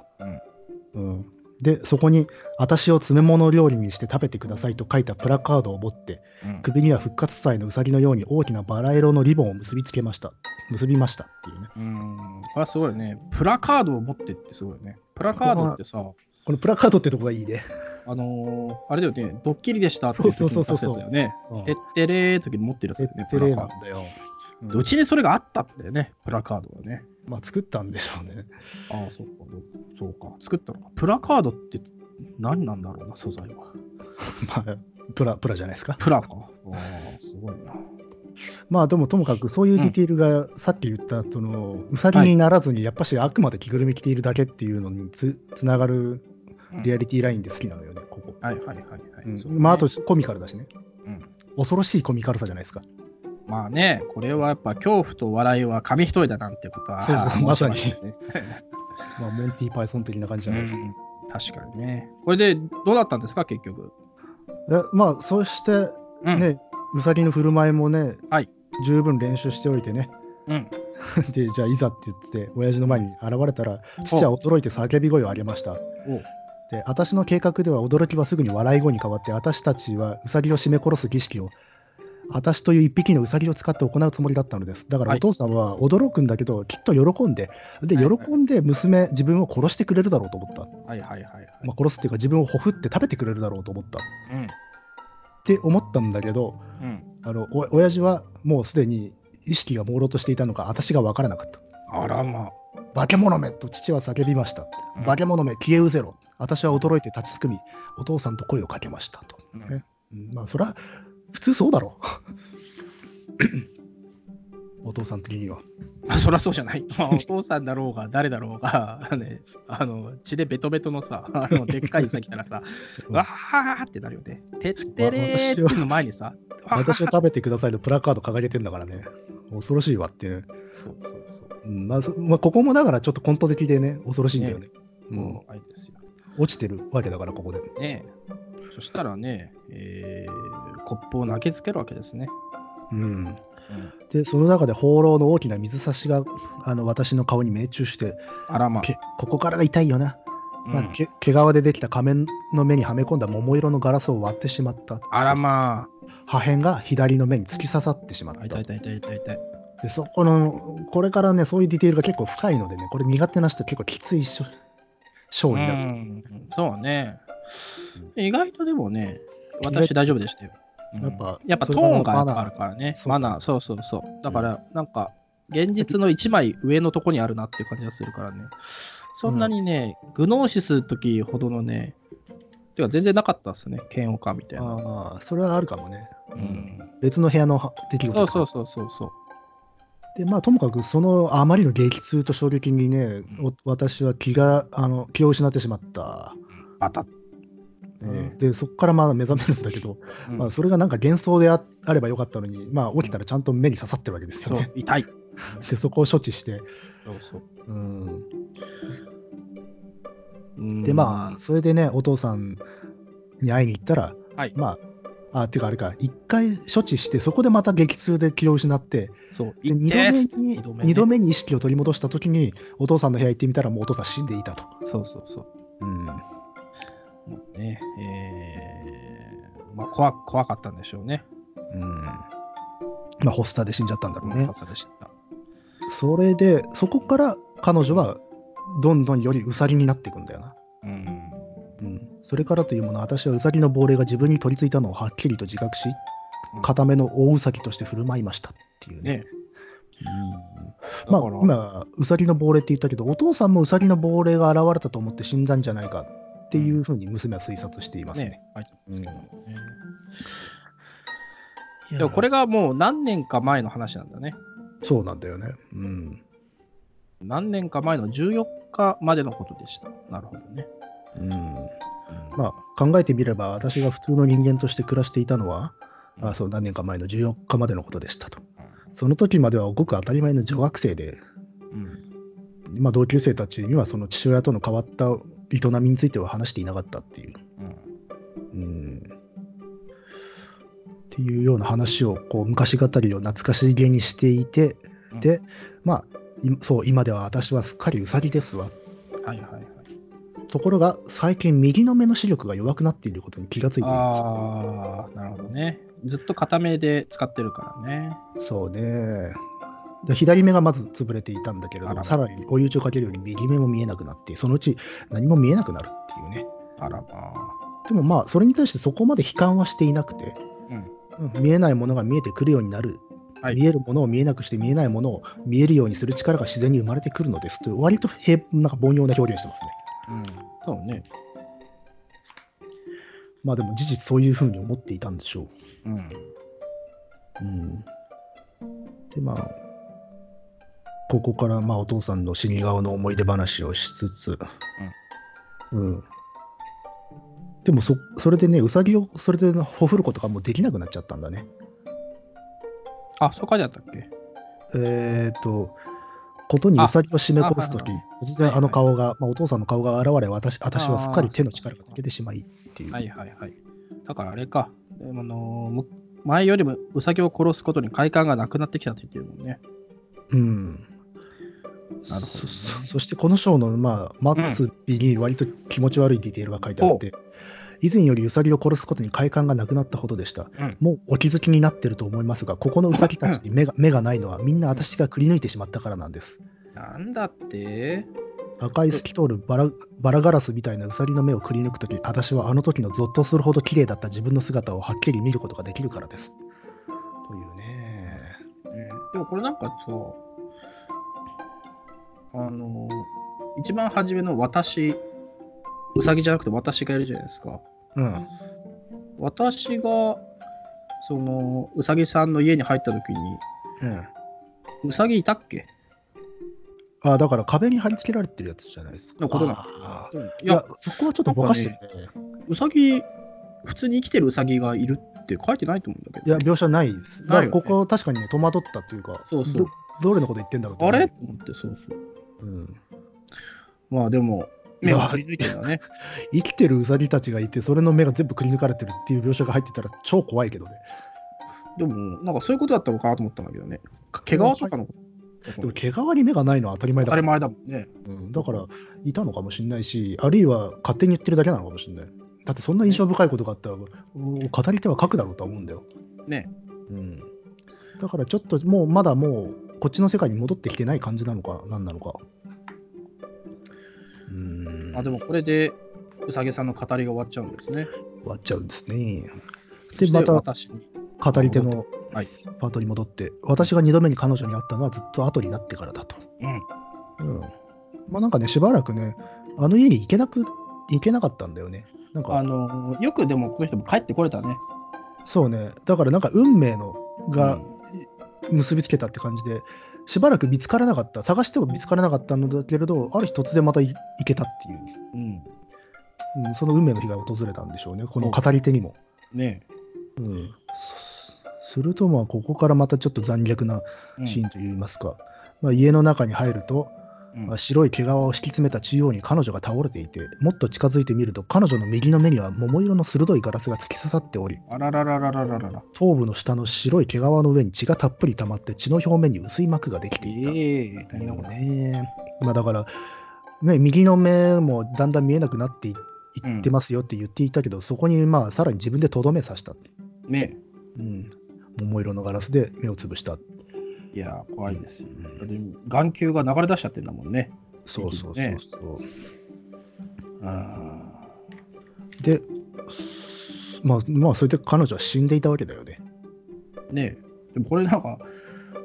S2: うんでそこに「私を詰め物料理にして食べてください」と書いたプラカードを持って
S1: うん
S2: 首には復活祭のウサギのように大きなバラ色のリボンを結びつけました結びましたっていうね
S1: うん。これはすごいね。プラカードを持ってってすごいね。プラカードってさ、
S2: このプラカードってとこがいいね、
S1: あのー、あれだよね、ドッキリでしたっていう時
S2: そう
S1: に
S2: そう
S1: 出
S2: そう
S1: し
S2: そう
S1: たやつだよね。
S2: うん
S1: てってれー時に持ってるやつだよね、プ
S2: てっ
S1: ラ
S2: てれー
S1: カー
S2: なん
S1: ド。だよ。
S2: うん
S1: うちにそれがあったんだよね、プラカードはね。
S2: まあ作ったんでしょうね。
S1: ああ、そうか、どそうか、作ったのか。プラカードって何なんだろうな、素材は。
S2: まあプラプラじゃないですか。
S1: プラか。ああ、すごいな。
S2: まあでもともかくそういうディテールがさっき言ったそのウサギにならずにやっぱしあくまで着ぐるみ着ているだけっていうのにつつながるリアリティラインで好きなのよね、ここ。
S1: はいはいはいはい。
S2: うん
S1: そうね
S2: まああと、コミカルだしね。
S1: うん
S2: 恐ろしいコミカルさじゃないですか。
S1: まあね、これはやっぱ恐怖と笑いは紙一重だなんてことは、
S2: そうまさに
S1: 申しましたね。
S2: まあモンティ・パイソン的な感じじ
S1: う
S2: ゃないですか。
S1: ん確かにね。これでどうだったんですか、結局。
S2: えまあそして
S1: うん。
S2: ね、ウサギの振る舞いもね、
S1: はい
S2: 十分練習しておいてね。
S1: うん、
S2: でじゃあいざって言って親父の前に現れたら父は驚いて叫び声を上げました。
S1: お
S2: で私の計画では驚きはすぐに笑い声に変わって私たちはウサギを絞め殺す儀式を私という一匹のウサギを使って行うつもりだったのですだから
S1: はい
S2: お父さんは驚くんだけど、きっと喜んでで
S1: はいはい
S2: 喜んで娘自分を殺してくれるだろうと思った、
S1: はいはいはいはい。
S2: まあ、殺すっていうか自分をほふって食べてくれるだろうと思ったって思ったんだけど
S1: うん。うん。
S2: あのお親父はもうすでに意識が朦朧としていたのか私が分からなかった
S1: あらまあ。
S2: 化け物めと父は叫びました
S1: うん
S2: 化け物め消えうぜろ私は驚いて立ちすくみお父さんと声をかけましたと
S1: うん
S2: うんまあそりゃ普通そうだろ うお父さん的には
S1: まあ、そりゃそうじゃない。 まあ、お父さんだろうが、誰だろうが、 ね、あの血でベトベトのさ、 あのでっかいウサギ来たらさ、
S2: うん
S1: わーってなるよね。てってれーっていうの前にさ、わー
S2: 私を食べてくださいのプラカード掲げてんだからね恐ろしいわっていう、
S1: そうそうそう。
S2: うんまあそまあ、ここもだからちょっとコント的でね恐ろしいんだよね
S1: も
S2: も
S1: う、あれですよ。
S2: う落ちてるわけだからここで
S1: ねえそしたらね、えー、コップを投げつけるわけですね。
S2: うん
S1: うん、
S2: でその中で放浪の大きな水差しがあの私の顔に命中して
S1: あらま
S2: けここからが痛いよな、
S1: うん
S2: まあ、け毛皮でできた仮面の目にはめ込んだ桃色のガラスを割ってしまった
S1: あらま
S2: 破片が左の目に突き刺さってしまっ
S1: あ。
S2: た
S1: 痛い痛い痛い痛い痛い。
S2: でそこのこれからねそういうディテールが結構深いのでねこれ苦手な人結構きついしょショーになる、
S1: うんそうね。意外とでもね、私大丈夫でしたよ。うん
S2: やっぱ
S1: やっぱト
S2: それ
S1: ーンが
S2: が
S1: や
S2: マ
S1: っ
S2: ナー
S1: ぱあるからね。
S2: そう
S1: マナー、そうそうそう。だから、なんか、現実の一枚上のとこにあるなっていう感じがするからね。そんなにね、グノーシスの時ほどのね、てか全然なかったですね、嫌悪感みたいな。
S2: ああそれはあるかもね、
S1: う
S2: うん
S1: ん
S2: 別の部屋の出来事
S1: そう
S2: とか
S1: そうそうそうそう。
S2: でまあともかくそのあまりの激痛と衝撃にねお私は気があの気を失ってしまった、
S1: バタッ。
S2: うんでそこからまあ目覚めるんだけど、
S1: うん
S2: まあ、それがなんか幻想でああればよかったのにまあ起きたらちゃんと目に刺さってるわけですよ
S1: そう
S2: ね、
S1: 痛い。
S2: でそこを処置して、
S1: そうそう
S2: うん、
S1: うん
S2: でまあそれでねお父さんに会いに行ったら、
S1: はい
S2: まああていうかあれか一回処置してそこでまた激痛で気を失って
S1: そう、
S2: で
S1: 痛
S2: 二
S1: いっつっ
S2: 度
S1: て
S2: 目に
S1: 二度目ね
S2: 二度目に意識を取り戻した時にお父さんの部屋行ってみたらもうお父さん死んでいたと、
S1: そうそうそう。
S2: うん
S1: もうね、えー、まあ怖怖かったんでしょうね。
S2: まあ発作で死んじゃったんだろうね
S1: 発作した。
S2: それでそこから彼女はどんどんよりウサギになっていくんだよな、
S1: うん。
S2: うん、それからというもの私はウサギの亡霊が自分に取り付いたのをはっきりと自覚し固めの大ウサギとして振る舞いましたっていうね
S1: ね。
S2: まあ
S1: だから、
S2: 今、ウサギの亡霊って言ったけど、お父さんもウサギの亡霊が現れたと思って死んだんじゃないかっていうふうに娘は推察していますね。
S1: ね、入ってますけどね。
S2: い
S1: でもこれがもう何年か前の話なんだね。
S2: そうなんだよね。うん。
S1: 何年か前の14日までのことでした。なるほどね。
S2: うん。まあ、考えてみれば、私が普通の人間として暮らしていたのは、
S1: うん
S2: あそう何年か前の14日までのことでしたと。その時まではごく当たり前の女学生で、
S1: うん
S2: まあ、同級生たちにはその父親との変わった営みについては話していなかったっていう。
S1: うん
S2: うんっていうような話をこう昔語りを懐かしげにしていて、
S1: うん
S2: でまあいそう今では私はすっかりウサギですわ
S1: はいはいはい。
S2: ところが最近右の目の視力が弱くなっていることに気がついていま
S1: ああ、なるほどね。ずっと片目で使ってるからね。
S2: すそうねで左目がまず潰れていたんだけれど
S1: あら
S2: もさらに追い打ちをかけるように右目も見えなくなってそのうち何も見えなくなるっていうね
S1: あらま
S2: でもまあそれに対してそこまで悲観はしていなくて、
S1: うん
S2: うん見えないものが見えてくるようになる、
S1: はい
S2: 見えるものを見えなくして見えないものを見えるようにする力が自然に生まれてくるのですという割と平なんか凡庸な表現をしてますね。
S1: あ。うん。そうね。
S2: まあでも事実そういうふうに思っていたんでしょう。
S1: うん。
S2: うん、でまあここからまあお父さんの死に顔の思い出話をしつつ、うんでもそそれでねうさぎをそれでほふることがもうできなくなっちゃったんだね。
S1: あ、そう書いてあったっけ
S2: えっ、と、ことにウサギを締め殺すとき、
S1: ああ
S2: 突
S1: はいは
S2: 然
S1: い
S2: あの顔が、まあ、お父さんの顔が現れ、私私はすっかり
S1: ああ
S2: 手の力が抜けてしまいっていう。
S1: はいはいはい。だからあれか。でもあのーむ前よりもウサギを殺すことに快感がなくなってきたと言ってるもんね。
S2: うん。
S1: なるほどね
S2: そそそしてこの章の、まあ、末尾に割と気持ち悪いディテールが書いてあって、以前よりウサギを殺すことに快感がなくなったほどでした。
S1: うん
S2: もうお気づきになってると思いますが、ここのウサギたちに目が目がないのは、みんな私がくり抜いてしまったからなんです。
S1: なんだって
S2: 赤い透き通るバラバラガラスみたいなウサギの目をくり抜くとき、私はあの時のゾッとするほど綺麗だった自分の姿をはっきり見ることができるからです。というね。
S1: でもこれなんかさ、あのー一番初めの私、ウサギじゃなくて私がいるじゃないですか。
S2: うん。
S1: 私が、その、ウサギさんの家に入った時に、
S2: うん、
S1: ウサギいたっけ
S2: あだから壁に貼り付けられてるやつじゃないですか。
S1: のことなの
S2: あー
S1: うんい
S2: い
S1: や
S2: や、そこはちょっとぼかしてるね。
S1: ウサギ、普通に生きてるウサギがいるって書いてないと思うんだ
S2: い
S1: け
S2: や、
S1: ど。
S2: 描写ないです。
S1: ない
S2: だか
S1: よね
S2: らここ確かにね、戸惑ったというか、
S1: そうそう
S2: どどれのこと言ってんだろうと
S1: あ
S2: 思う
S1: れと思って、そうそう。
S2: うん、
S1: まあでも、目をくり抜いてんだね。
S2: 生きてるウサギたちがいて、それの目が全部くり抜かれてるっていう描写が入ってたら超怖いけどね。
S1: でも、なんかそういうことだったのかなと思ったんだけどね。毛皮とかのこと
S2: でも毛皮に目がないのは当たり前
S1: 当
S2: だ
S1: た
S2: から
S1: り前だもんね。
S2: うん、だからいたのかもしれないしあるいは勝手に言ってるだけなのかもしれないだってそんな印象深いことがあったら、うん語り手は書くだろうとは思うんだよ、
S1: ね。
S2: うん、だからちょっともうまだもうこっちの世界に戻ってきてない感じなのか何なのかうん
S1: あでもこれでうさぎさんの語りが終わっちゃうんですね。
S2: 終わっちゃうんですね
S1: そ
S2: で
S1: して
S2: また
S1: 私に。
S2: 語り手の
S1: はい
S2: パートに戻って、私が2度目に彼女に会ったのはずっと後になってからだと
S1: うん。
S2: うん、まあなんかねしばらくねあの家に行けなく行けなかったんだよねなん
S1: あ
S2: か
S1: のよくでもこの人も帰ってこれたね。
S2: そうねだからなんか運命の
S1: う
S2: が
S1: ん
S2: 結びつけたって感じで、しばらく見つからなかった探しても見つからなかったのだけれどある日突然またい行けたっていう、
S1: うん。
S2: うん、その運命の日が訪れたんでしょうねこの語り手にも、
S1: ね
S2: うんそするとまあここからまたちょっと残虐な
S1: え。うん
S2: シーンといいますか、まあ、家の中に入ると、
S1: うん
S2: まあ白い毛皮を敷き詰めた中央に彼女が倒れていてもっと近づいてみると彼女の右の目には桃色の鋭いガラスが突き刺さっており
S1: あらららららららら。
S2: 頭部の下の白い毛皮の上に血がたっぷり溜まって血の表面に薄い膜ができて
S1: え
S2: いた。
S1: え大
S2: だ
S1: 変な
S2: よ
S1: ことね。
S2: ねまあ、だから、ね、右の目もだんだん見えなくなっていいってますよって言っていたけど、そこにまあさらに自分でとどめ刺した、
S1: ね
S2: うん、桃色のガラスで目をつぶした
S1: え。いやー、怖いですよ。だって眼球が流れ出しちゃってんだもんね。
S2: そうそうそうそう、
S1: あ
S2: で、まあ、まあ、それで彼女は死んでいたわけだよね。
S1: ーねえ。でもこれなんか、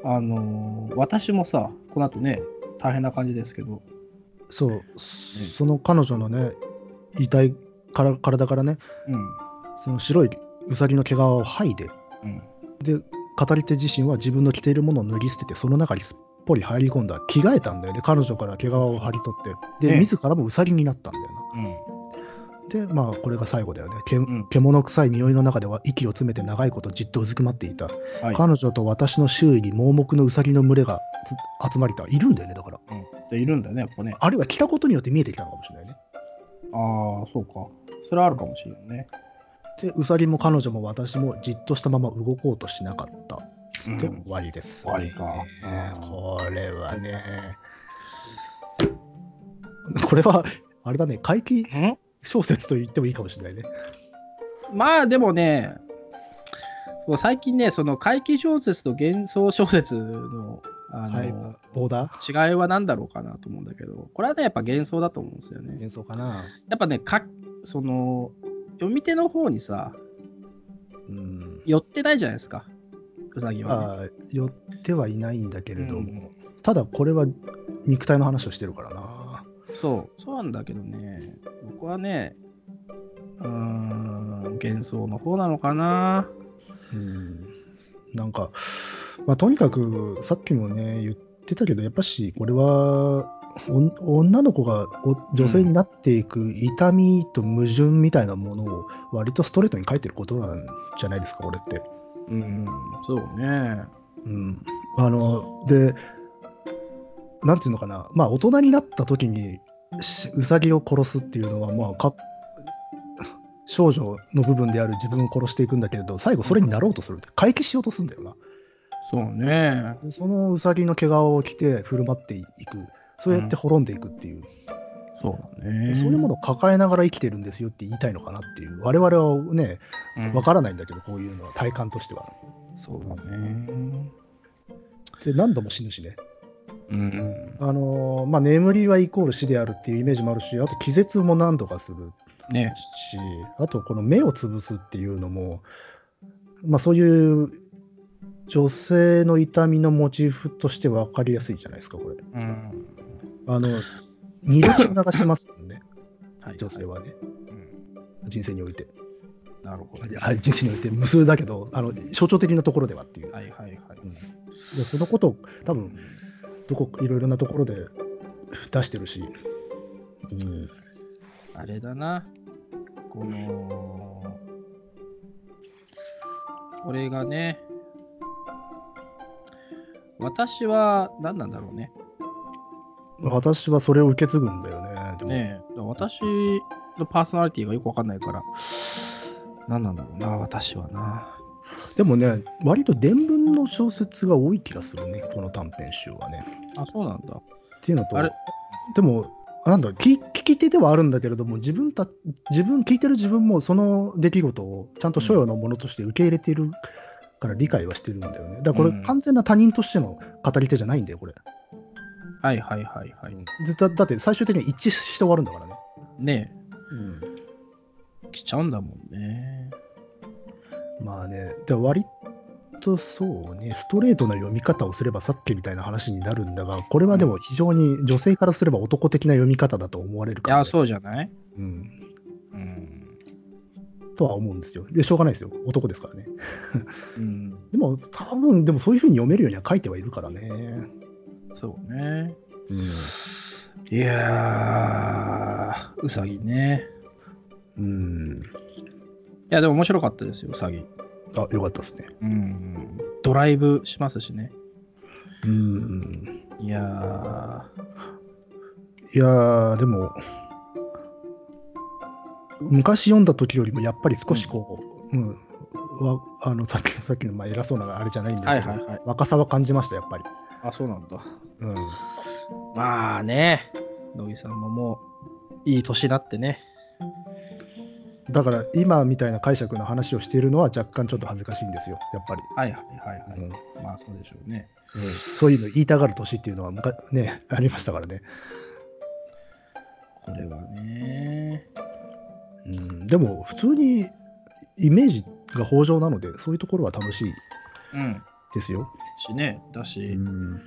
S1: あのー私もさ、この後ね、大変な感じですけど、
S2: そう、その彼女のね、遺体から、体からね、
S1: うん。
S2: その白いウサギの毛皮を剥いで、
S1: うん。
S2: で語り手自身は自分の着ているものを脱ぎ捨ててその中にすっぽり入り込んだ着替えたんだよね彼女から毛皮を剥ぎ取ってで
S1: ね
S2: 自らもウサギになったんだよな
S1: うん。
S2: でまあこれが最後だよね、け
S1: ん
S2: 獣臭い匂いの中では息を詰めて長いことじっとうずくまっていた、
S1: はい
S2: 彼女と私の周囲に盲目のウサギの群れがつ集まりたいるんだよねだから
S1: でいるんだね、やっぱね。
S2: あるいは着たことによって見えてきたのかもしれないね
S1: ああ、そうか。それはあるかもしれんね。
S2: でウサギも彼女も私もじっとしたまま動こうとしなかったつって
S1: うん
S2: 終わりです、
S1: 終わりかうん
S2: ねこれはねこれはあれだね怪奇
S1: ん
S2: 小説と言ってもいいかもしれないね
S1: まあでもね、そう最近ね、その怪奇小説と幻想小説のあの、
S2: はいボーダー
S1: 違いは何だろうかなと思うんだけど、これはね、やっぱ幻想だと思うんですよね。
S2: 幻想かな
S1: やっぱね、かその読み手の方にさ、
S2: うん
S1: 寄ってないじゃないですか、うさぎは、ね。
S2: あー寄ってはいないんだけれども、
S1: うん
S2: ただこれは肉体の話をしてるからな
S1: そう、そうなんだけどね、僕はね、うーん、幻想の方なのかな。
S2: うんなんか、まあ、とにかくさっきもね言ってたけどやっぱしこれはお女の子がお女性になっていく痛みと矛盾みたいなものを割とストレートに書いてることなんじゃないですかこれって。
S1: うん、そうね。
S2: うん、あのでなんていうのかなまあ大人になった時にしウサギを殺すっていうのはまあか少女の部分である自分を殺していくんだけれど最後それになろうとするんだよ回帰しようとするんだよな
S1: そうね。
S2: でそのウサギの毛皮を着て振る舞っていくそうやって滅んでいくっていう、
S1: そうだね。
S2: そういうものを抱えながら生きてるんですよって言いたいのかなっていう我々はね
S1: うん
S2: わからないんだけどこういうのは体感としては
S1: そうだね。
S2: で何度も死ぬしね
S1: うん。
S2: あのーまあ、眠りはイコール死であるっていうイメージもあるしあと気絶も何度かする
S1: ね。
S2: しあとこの目をつぶすっていうのも、まあ、そういう女性の痛みのモチーフとして分かりやすいじゃないですかこれ
S1: うん。
S2: あの二度血を流しますもんね
S1: はい
S2: 女性はね
S1: うん
S2: 人生において
S1: なるほど。
S2: あ人生において無数だけどあの象徴的なところではっていう
S1: はいはいはい。
S2: でそのことを多分どこいろいろなところで出してるし、うん、
S1: あれだな。この、これがね、私は何なんだろうね。
S2: 私はそれを受け継ぐんだよね。でも
S1: ねえ、私のパーソナリティがよくわかんないから、何なんだろうな、私はな。
S2: でもね、割と伝聞の小説が多い気がするね、この短編集はね。
S1: あ、そうなんだ。
S2: っていうのと
S1: あれ、
S2: でも、なんだろう聞、聞き手ではあるんだけれども、自分た自分、聞いてる自分もその出来事をちゃんと所要のものとして受け入れてるから理解はしてるんだよね。だからこ
S1: うん
S2: れ、完全な他人としての語り手じゃないんだよ、これ。
S1: はいはいはいはい。
S2: でだだって最終的には一致して終わるんだからね。
S1: ねえ、来ちゃうんだもんね。
S2: まあね、で割とそうね、ストレートな読み方をすればさっきみたいな話になるんだが、これはでも非常に女性からすれば男的な読み方だと思われる
S1: い
S2: からね、
S1: や、そうじゃない
S2: うん、
S1: うん。
S2: とは思うんですよ。で、しょうがないですよ、男ですからね。
S1: うん、
S2: でも、多分でもそういうふうに読めるようには書いてはいるからね。
S1: そうね。
S2: うん
S1: いやー、うさぎね。
S2: う
S1: い
S2: ん、
S1: や、でも面白かったですよ、うさぎ。
S2: あよかったですね。
S1: うん。ドライブしますしね。
S2: うん、
S1: いやー、
S2: いやー、でも、昔読んだ時よりもやっぱり少しこう、うんわあのさっきさっきのまあ偉そうなあれじゃないんだ
S1: はい
S2: けど、
S1: はいはい。
S2: 若さは感じました、やっぱり。
S1: あ、そうなんだ。
S2: うん、
S1: まあね、乃木さんももう、いい年になってね。
S2: だから今みたいな解釈の話をしているのは若干ちょっと恥ずかしいんですよ、やっぱり。
S1: はいはいはいはい。
S2: うん
S1: まあそうでしょうね。
S2: そういうの言いたがる年っていうのはむか、ね、ありましたからね。
S1: これはね。
S2: うん、でも普通にイメージが豊穣なのでそういうところは楽しい
S1: うん。
S2: ですよ。
S1: しね、だし、
S2: うん、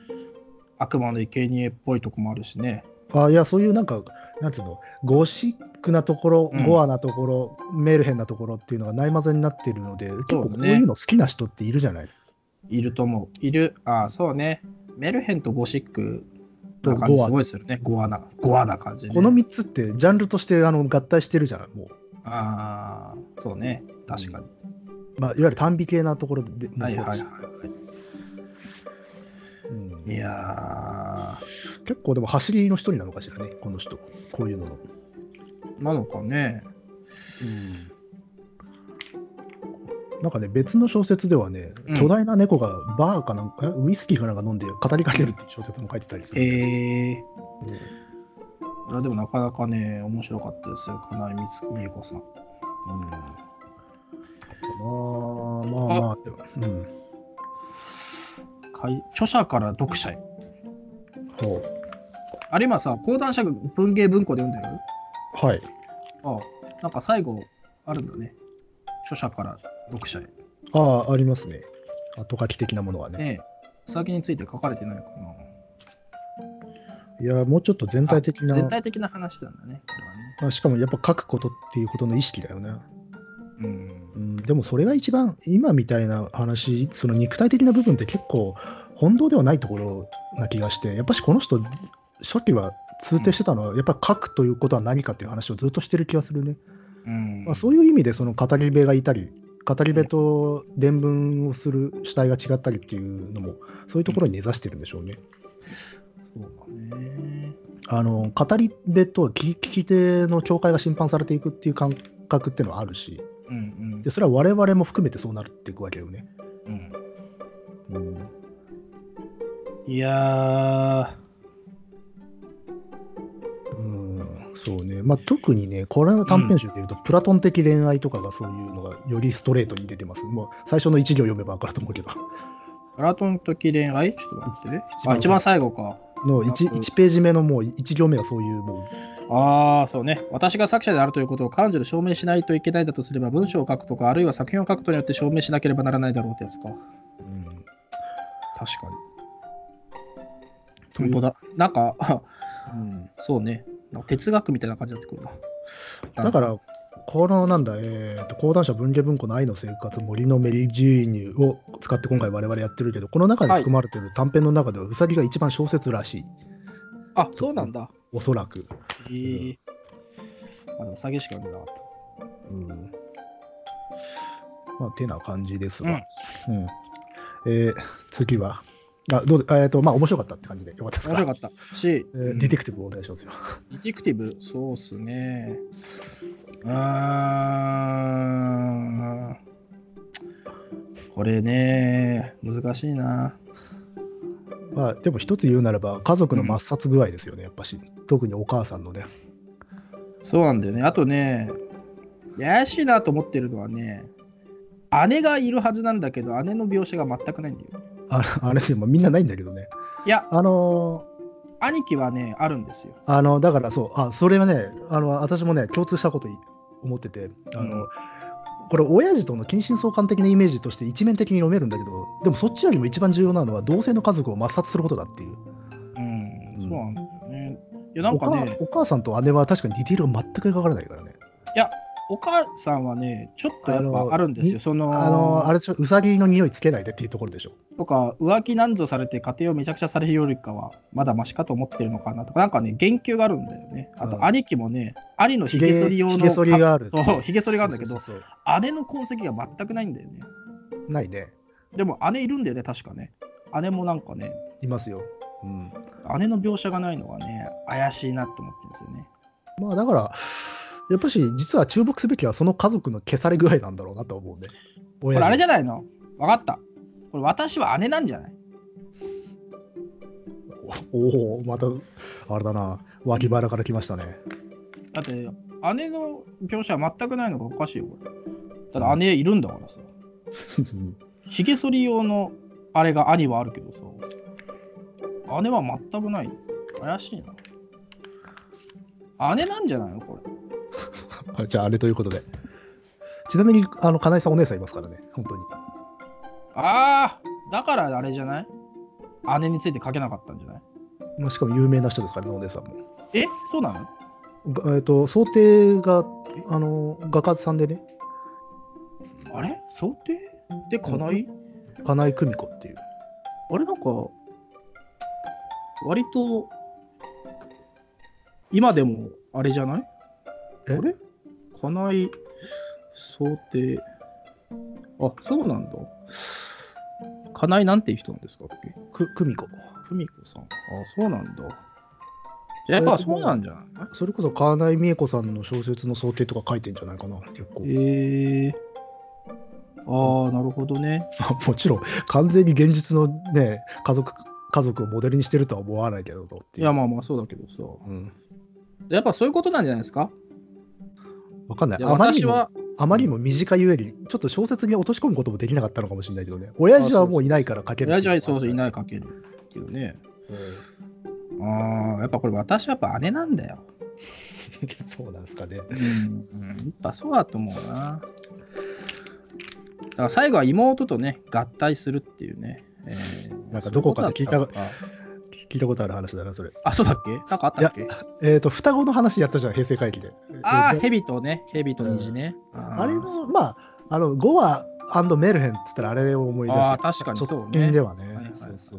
S1: 悪魔の生贄っぽいとこもあるしね。
S2: あいやそういうなんかなんていうのゴシックなところ、
S1: うん
S2: ゴアなところ、メルヘンなところっていうのがないまぜになってるので、結構こういうの好きな人っているじゃない。
S1: いると思う。いる。ああ、そうね。メルヘンとゴシック
S2: と
S1: な感じ
S2: ゴア
S1: すごいですよね。ゴアな、ゴアな感じ、ね。
S2: この3つってジャンルとしてあの合体してるじゃん、もう。
S1: ああ、そうね。確かに。
S2: まあ、いわゆる短美系なところでも
S1: は
S2: う
S1: い
S2: そう
S1: は
S2: だ
S1: い
S2: し
S1: は
S2: うん
S1: い。いや
S2: 結構でも走りの人になのかしらね、この人、こういうのの。
S1: ー、なのかね。
S2: なんかね、別の小説ではね、
S1: うん
S2: 巨大な猫がバーかなんか、えウイスキーかなんか飲んで語りかけるっていう小説も書いてたりする。
S1: ええ
S2: うん
S1: ー。あでもなかなかね、面白かったですよ。金井美恵子さん。
S2: まあまあまあ、でもうん。
S1: かい著者から読者へ。
S2: ほう
S1: あれ今さ、講談社文芸文庫で読んでる
S2: はい。
S1: ああ、なんか最後あるんだね。著者から読者へ。
S2: ああ、ありますね。後書き的なものはね。
S1: ねえ、先について書かれてないかな。
S2: いや、もうちょっと全体的な、
S1: 全体的な話なんだね、こ
S2: まあ、しかもやっぱ書くことっていうことの意識だよね。
S1: れはね。う。
S2: うんん、でもそれが一番今みたいな話その肉体的な部分って結構本当ではないところな気がしてやっぱしこの人初期は通底してたのは、やっぱ書くということは何かっていう話をずっとしてる気がするね、
S1: うん
S2: まあ、そういう意味でその語り部がいたり語り部と伝聞をする主体が違ったりっていうのもそういうところに根ざしてるんでしょうね。
S1: そうだね。
S2: あの語り部と聞き聞き手の境界が侵犯されていくっていう感覚っていうのはあるし
S1: うんうん
S2: で。それは我々も含めてそうなっていくわけよね。
S1: うん、
S2: うん
S1: いや
S2: うんそうね、まあ、特にね、これの短編集でいうと、プラトン的恋愛とかがそういうのがよりストレートに出てます。もう最初の1行読めば分かると思うけど、
S1: ー、マラトン時恋愛ちょっと待ってね。
S2: 一番
S1: あ、一番最後か。
S2: の 1,
S1: うん
S2: 1ページ目のもう1行目がそういう、も
S1: ああ、そうね。私が作者であるということを彼女で証明しないといけないだとすれば、文章を書くとか、あるいは作品を書くことによって証明しなければならないだろうってやつか。
S2: う、
S1: 確か
S2: とい
S1: に。
S2: う
S1: 本当だ。なんか、 あ
S2: うん
S1: そうね。なんか哲学みたいな感じになってくるな。
S2: だから、このなんだ、えーと講談社文芸文庫の愛の生活、森のメリジーニュを使って今回我々やってるけど、この中に含まれてる短編の中では、うさぎが一番小説らしい、
S1: あ、そうなんだ。
S2: おそらく。
S1: えー。あ、でも、詐欺しか読んでなかっ
S2: うんまあ、てな感じです
S1: た。
S2: が。うんえー次は、あどうでえーとまあ、面白かったって感じでよかったですか
S1: 面白かったし、
S2: えー
S1: うん
S2: ディテクティブをお願いしますよ。
S1: ディテクティブ、そうっすね。うーん。これね、難しいな。
S2: まあ、でも一つ言うならば、家族の抹殺具合ですよね、やっぱし。特にお母さんのね。
S1: そうなんだよね。あとね、怪しいなと思ってるのはね、姉がいるはずなんだけど、姉の描写が全くないんだよ。
S2: ああれでもみんなないんだけどね。
S1: いや、
S2: あの
S1: 兄貴はね、あるんですよ。
S2: ーあのだからそう、あそれはねあの、私もね、共通したことい思ってて、あの
S1: うん
S2: これ、親父との近親相関的なイメージとして一面的に読めるんだけど、でもそっちよりも一番重要なのは、同性の家族を抹殺することだっていう。
S1: うん、
S2: う
S1: そう
S2: ん
S1: なんだよね。いや、なんかね、
S2: お母お母さんと姉は確かにディテールは全く描かれないからね。
S1: お母さんはね、ちょっとやっ
S2: あの
S1: ぱあるんですよ。
S2: に
S1: その、
S2: あのあれでしょ、うさぎの匂いつけないでっていうところでしょ。
S1: とか浮気なんぞされて家庭をめちゃくちゃされるよりかはまだマシかと思ってるのかなとかなんかね言及があるんだよねあ
S2: う
S1: と
S2: ん
S1: 兄貴もね、兄のひげ剃り用の
S2: ひげ剃りがある。
S1: そうひげ剃りがあるんだけど
S2: そうそう
S1: 姉の痕跡が全くないんだよね
S2: そうないね。
S1: でも姉いるんだよね確かね姉もなんかね
S2: いますよ。うん。
S1: 姉の描写がないのがね怪しいなと思ってるんですよね
S2: まあだから、やっぱし実は注目すべきはその家族の消され具合なんだろうなと思うね。
S1: こ
S2: こ
S1: れあれじゃ
S2: ない
S1: ないの分かったこれ私は姉なんじゃない
S2: おお、また、あれだな。脇腹から来ましたね。
S1: だって姉の描写は全くないのがおかしいよこれただ姉いるんだからさひげ剃り用のあれが兄はあるけどさ、姉は全くない。怪しいな。姉なんじゃないのこれ。
S2: じゃああれということで。ちなみに、あの、金井さんお姉さんいますからね、本当に。
S1: ああ、だからあれじゃない姉について書けなかったんじゃない
S2: まあ、しかも有名な人ですからね、お姉さんも。
S1: えそうなの
S2: がえっと、想定が、あの、画家さんでね、
S1: あれ想定で、かない、
S2: 金井久美子っていう。
S1: あれなんか、割と、今でもあれじゃない
S2: え
S1: あれ家内想定。あ、そうなんだ。家内なんていう人なんですかっけ
S2: く久美子。
S1: 久美子さん。あ、そうなんだ。じゃあやっぱそうなんじゃない
S2: それこそ金井美恵子さんの小説の想定とか書いてんじゃないかな、結構。
S1: ええああ、なるほどね。
S2: ま あもちろん、完全に現実のね、家族、家族をモデルにしてるとは思わないけどと。って
S1: いうや、まあまあ、そうだけどさ。
S2: うん。
S1: やっぱそういうことなんじゃないですか
S2: わかんないい。
S1: や
S2: あまりに
S1: 私
S2: も、
S1: は、
S2: あまりにも短いゆえに、ちょっと小説に落とし込むこともできなかったのかもしれないけどね。親父はもういないから書ける
S1: 親父はそうそうい
S2: い。
S1: ないかけるけどね。
S2: うん
S1: ああ、やっぱこれ私はやっぱ姉なんだよ。
S2: そうなんですかね。
S1: うん、うんやっぱそうだと思うな。だから最後は妹とね、合体するっていうね。えー
S2: なんかどこかで聞いた
S1: そううことだっのか
S2: 聞いたことある話だな、それ。
S1: あ、そうだっけなんかあったっけ
S2: えっ、と、双子の話やったじゃん、平成会議で。
S1: ああ、
S2: えーと
S1: 蛇とね、蛇と虹ね。ー
S2: あれの、まあ、あの、ゴアメルヘンっつったらあれを思い出す。
S1: あー確かにそうね
S2: 直近ではね。
S1: いはい
S2: そうそうそ